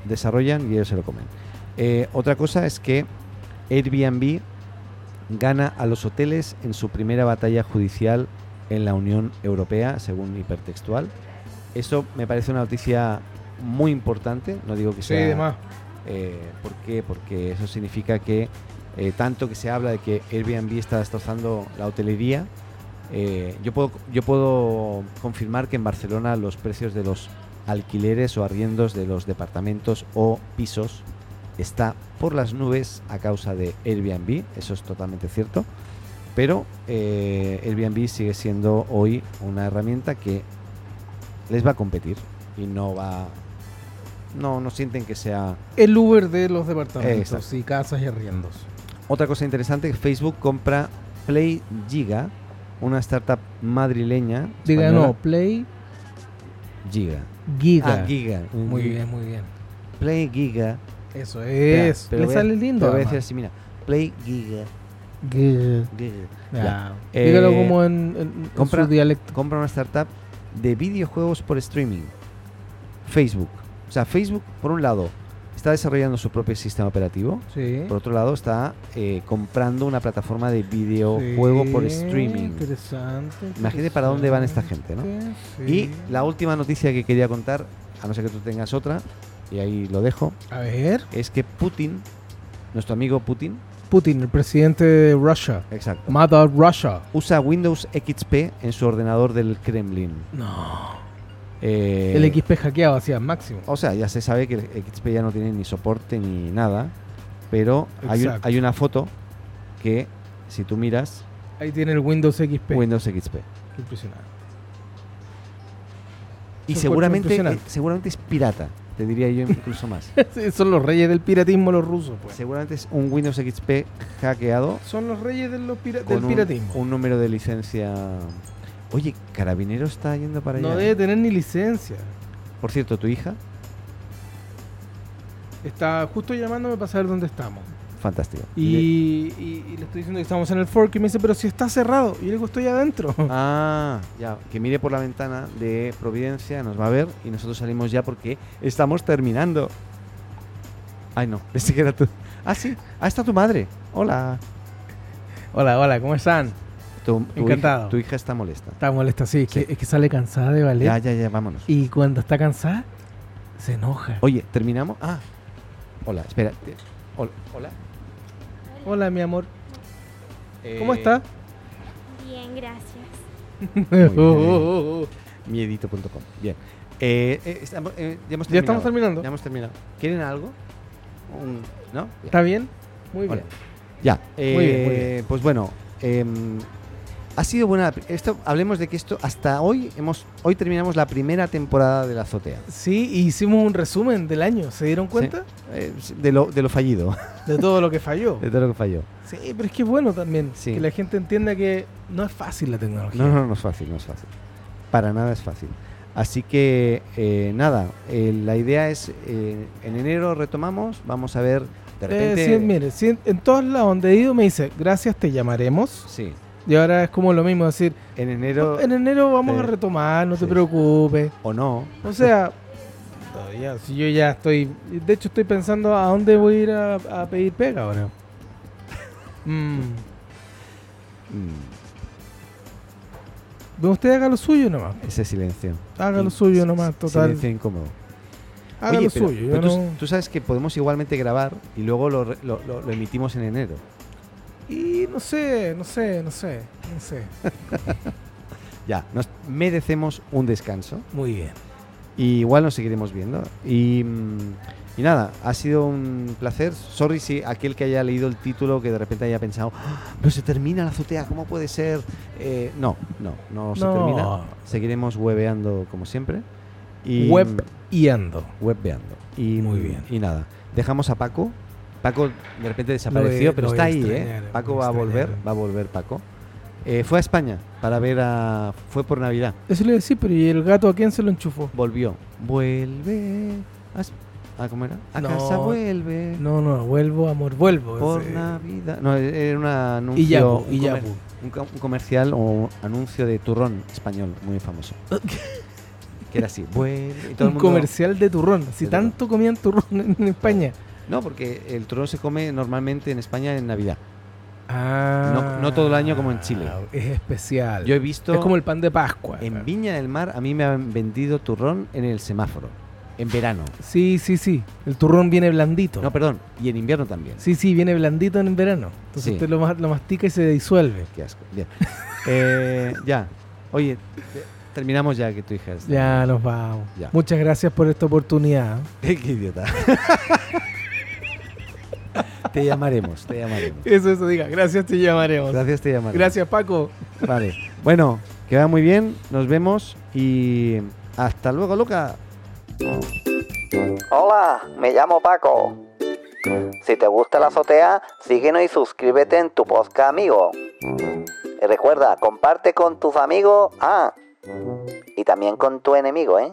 Speaker 2: desarrollan y ellos se lo comen. Eh, otra cosa es que Airbnb gana a los hoteles en su primera batalla judicial en la Unión Europea, según hipertextual. Eso me parece una noticia muy importante, no digo que
Speaker 1: Sí,
Speaker 2: sea...
Speaker 1: demás.
Speaker 2: Eh, ¿Por qué? Porque eso significa que eh, tanto que se habla de que Airbnb está destrozando la hotelería, eh, yo, puedo, yo puedo confirmar que en Barcelona los precios de los alquileres o arriendos de los departamentos o pisos está por las nubes a causa de Airbnb, eso es totalmente cierto, pero eh, Airbnb sigue siendo hoy una herramienta que les va a competir y no va... No, no sienten que sea
Speaker 1: El Uber de los departamentos
Speaker 2: Exacto.
Speaker 1: y casas y arriendos.
Speaker 2: Otra cosa interesante, Facebook compra Play Giga, una startup madrileña.
Speaker 1: Diga,
Speaker 2: española.
Speaker 1: no, Play
Speaker 2: Giga.
Speaker 1: Giga.
Speaker 2: Ah, Giga. un
Speaker 1: Muy
Speaker 2: Giga.
Speaker 1: bien, muy bien.
Speaker 2: Play Giga.
Speaker 1: Eso
Speaker 2: Espera,
Speaker 1: es.
Speaker 2: te
Speaker 1: Le
Speaker 2: voy a-
Speaker 1: sale
Speaker 2: Te
Speaker 1: lindo.
Speaker 2: voy a
Speaker 1: además.
Speaker 2: decir así, mira. Play Giga.
Speaker 1: Giga.
Speaker 2: Giga.
Speaker 1: Ya.
Speaker 2: Eh,
Speaker 1: Dígalo como en, en- en
Speaker 2: compra-
Speaker 1: su dialecto.
Speaker 2: compra una startup de videojuegos por streaming. Facebook. O sea, Facebook, por un lado, está desarrollando su propio sistema operativo.
Speaker 1: Sí.
Speaker 2: Por otro lado, está eh, comprando una plataforma de videojuego por
Speaker 1: Sí,
Speaker 2: streaming.
Speaker 1: Interesante.
Speaker 2: Imagínate para dónde van esta
Speaker 1: interesante,
Speaker 2: gente, ¿no? Y
Speaker 1: sí.
Speaker 2: la última noticia que quería contar, a no ser que tú tengas otra, y ahí lo dejo,
Speaker 1: A ver.
Speaker 2: es que Putin, nuestro amigo Putin,
Speaker 1: Putin, el presidente de Russia.
Speaker 2: exacto,
Speaker 1: Mother Russia.
Speaker 2: usa Windows XP en su ordenador del Kremlin.
Speaker 1: No.
Speaker 2: Eh,
Speaker 1: El XP hackeado hacía máximo.
Speaker 2: O sea, ya se sabe que el XP ya no tiene ni soporte ni nada, pero hay, un-
Speaker 1: Exacto.
Speaker 2: hay una foto que, si tú miras,
Speaker 1: Ahí tiene el Windows XP.
Speaker 2: Windows XP.
Speaker 1: Impresionante.
Speaker 2: Y
Speaker 1: Eso
Speaker 2: seguramente,
Speaker 1: encuentro
Speaker 2: eh, seguramente es pirata, te diría yo incluso más.
Speaker 1: Sí, Son los reyes del piratismo los rusos, pues.
Speaker 2: seguramente es un Windows XP hackeado
Speaker 1: Son los reyes de los pira-
Speaker 2: con
Speaker 1: del
Speaker 2: un-
Speaker 1: piratismo.
Speaker 2: Un, número de licencia. Oye, Carabinero está yendo para allá.
Speaker 1: no debe tener ni licencia.
Speaker 2: Por cierto, tu hija,
Speaker 1: Está justo llamándome para saber dónde estamos.
Speaker 2: fantástico.
Speaker 1: Y, y- y le estoy diciendo que estamos en el fork y me dice, pero si está cerrado. Y yo le digo, estoy adentro.
Speaker 2: Ah, ya, que mire por la ventana de Providencia, nos va a ver y nosotros salimos ya porque estamos terminando. Ay, no, pensé que era tú. Ah, sí, ah, está tu madre. Hola.
Speaker 1: Hola, hola, ¿cómo están?
Speaker 2: Tu, tu
Speaker 1: Encantado.
Speaker 2: Hija, tu hija está molesta.
Speaker 1: Está molesta, sí. Es,
Speaker 2: Sí.
Speaker 1: Que, es que sale cansada de ballet.
Speaker 2: Ya, ya, ya, vámonos.
Speaker 1: Y cuando está cansada, se enoja.
Speaker 2: Oye, ¿terminamos? Ah, hola, espera. te- hol- Hola.
Speaker 1: Hola, mi amor. ¿Cómo
Speaker 2: Eh,
Speaker 1: está?
Speaker 5: Bien, gracias.
Speaker 2: bien.
Speaker 1: Oh, oh, oh, oh.
Speaker 2: Miedito.com. Bien. Eh, eh, estamos- eh, ya hemos terminado.
Speaker 1: Ya estamos terminando.
Speaker 2: Ya hemos terminado. ¿Quieren algo? Un- ¿No? Bien.
Speaker 1: ¿Está bien? Muy
Speaker 2: Vale.
Speaker 1: bien.
Speaker 2: Ya.
Speaker 1: Muy bien, muy
Speaker 2: eh, Pues bueno, em, ha sido buena. Esto, hablemos de que esto hasta hoy hemos, hoy terminamos la primera temporada de la azotea.
Speaker 1: Sí, hicimos un resumen del año. ¿Se dieron cuenta?
Speaker 2: Eh, de, lo, de lo fallido,
Speaker 1: De todo lo que falló.
Speaker 2: de todo lo que falló.
Speaker 1: Sí, pero es que es bueno también
Speaker 2: Sí.
Speaker 1: que la gente entienda que no es fácil la tecnología. Eh,
Speaker 2: No, no, no es fácil, no es fácil. Para nada es fácil. Así que eh, nada, eh, la idea es eh, en enero retomamos, vamos a ver de
Speaker 1: Eh,
Speaker 2: repente.
Speaker 1: sí, mire, sí, en todos lados donde he ido me dice, gracias, te llamaremos.
Speaker 2: Sí,
Speaker 1: Y ahora es como lo mismo, decir, "Oh,
Speaker 2: en enero
Speaker 1: en enero vamos
Speaker 2: Sí.
Speaker 1: a retomar, no
Speaker 2: Sí.
Speaker 1: te preocupes.
Speaker 2: o no.
Speaker 1: O sea, todavía, si yo ya estoy, de hecho estoy pensando a dónde voy a ir a, a pedir pega ahora. Mm,
Speaker 2: Mm,
Speaker 1: ve usted haga lo suyo nomás,
Speaker 2: ese silencio.
Speaker 1: haga lo suyo nomás, total,
Speaker 2: Silencio incómodo.
Speaker 1: haga lo
Speaker 2: pero-
Speaker 1: suyo. yo
Speaker 2: pero tú,
Speaker 1: no-
Speaker 2: tú sabes que podemos igualmente grabar y luego lo, re- lo- lo- lo emitimos en enero.
Speaker 1: Y no sé, no sé, no sé, no sé.
Speaker 2: Ya, nos merecemos un descanso
Speaker 1: Muy bien.
Speaker 2: y igual nos seguiremos viendo. Y, mm, y nada, ha sido un placer. Sorry si aquel que haya leído el título que de repente haya pensado, "Ah, no se termina la azotea, ¿cómo puede ser? Eh, no, no, no se
Speaker 1: No.
Speaker 2: termina. Seguiremos webeando como siempre. Y,
Speaker 1: Web y ando.
Speaker 2: webbeando. Y, mm,
Speaker 1: Muy bien.
Speaker 2: Y nada, dejamos a Paco. Paco de repente desapareció,
Speaker 1: Lo voy-
Speaker 2: pero
Speaker 1: lo
Speaker 2: está
Speaker 1: voy a
Speaker 2: ahí,
Speaker 1: extrañar,
Speaker 2: ¿eh?
Speaker 1: lo
Speaker 2: Paco
Speaker 1: voy a
Speaker 2: va a volver,
Speaker 1: extrañar.
Speaker 2: va a volver Paco. Eh, fue a España para ver a... Fue por Navidad,
Speaker 1: Eso le decía, pero ¿y el gato a quién se lo enchufó?
Speaker 2: volvió. Vuelve... A, es- ah, ¿Cómo era? A
Speaker 1: No.
Speaker 2: casa vuelve.
Speaker 1: No, no, vuelvo, amor, vuelvo.
Speaker 2: Por
Speaker 1: Sí.
Speaker 2: Navidad. No, era una anuncio...
Speaker 1: Y Yabu,
Speaker 2: un
Speaker 1: y
Speaker 2: comer-
Speaker 1: Yabu.
Speaker 2: un, co- un comercial o anuncio de turrón español, muy famoso. que era así, vuelve... y todo el
Speaker 1: Un
Speaker 2: mundo-
Speaker 1: comercial de turrón. Si
Speaker 2: De
Speaker 1: tanto comían turrón en, en España.
Speaker 2: No, porque el turrón se come normalmente en España en Navidad.
Speaker 1: Ah.
Speaker 2: No- no todo el año como en Chile.
Speaker 1: Es especial.
Speaker 2: Yo he visto...
Speaker 1: es como el pan de Pascua.
Speaker 2: En Viña del Mar a mí me han vendido turrón en el semáforo, en verano.
Speaker 1: Sí, sí, sí. El turrón viene blandito.
Speaker 2: No, perdón, y en invierno también.
Speaker 1: Sí, sí, viene blandito en verano. Entonces
Speaker 2: Sí.
Speaker 1: usted lo, ma- lo mastica y se disuelve.
Speaker 2: Qué asco. Bien. Eh, ya. Oye, te- terminamos ya que tu hija es...
Speaker 1: Ya nos vamos.
Speaker 2: Ya.
Speaker 1: Muchas gracias por esta oportunidad.
Speaker 2: Qué idiota. te llamaremos, te llamaremos.
Speaker 1: Eso, eso, diga. Gracias, te llamaremos.
Speaker 2: Gracias, te llamaremos.
Speaker 1: Gracias Paco.
Speaker 2: Vale. Bueno, que va muy bien, nos vemos y hasta luego, Luca.
Speaker 6: Hola, me llamo Paco. Si te gusta la azotea, síguenos y suscríbete en tu podcast amigo. Y recuerda, comparte con tus amigos, ah, y también con tu enemigo, ¿eh?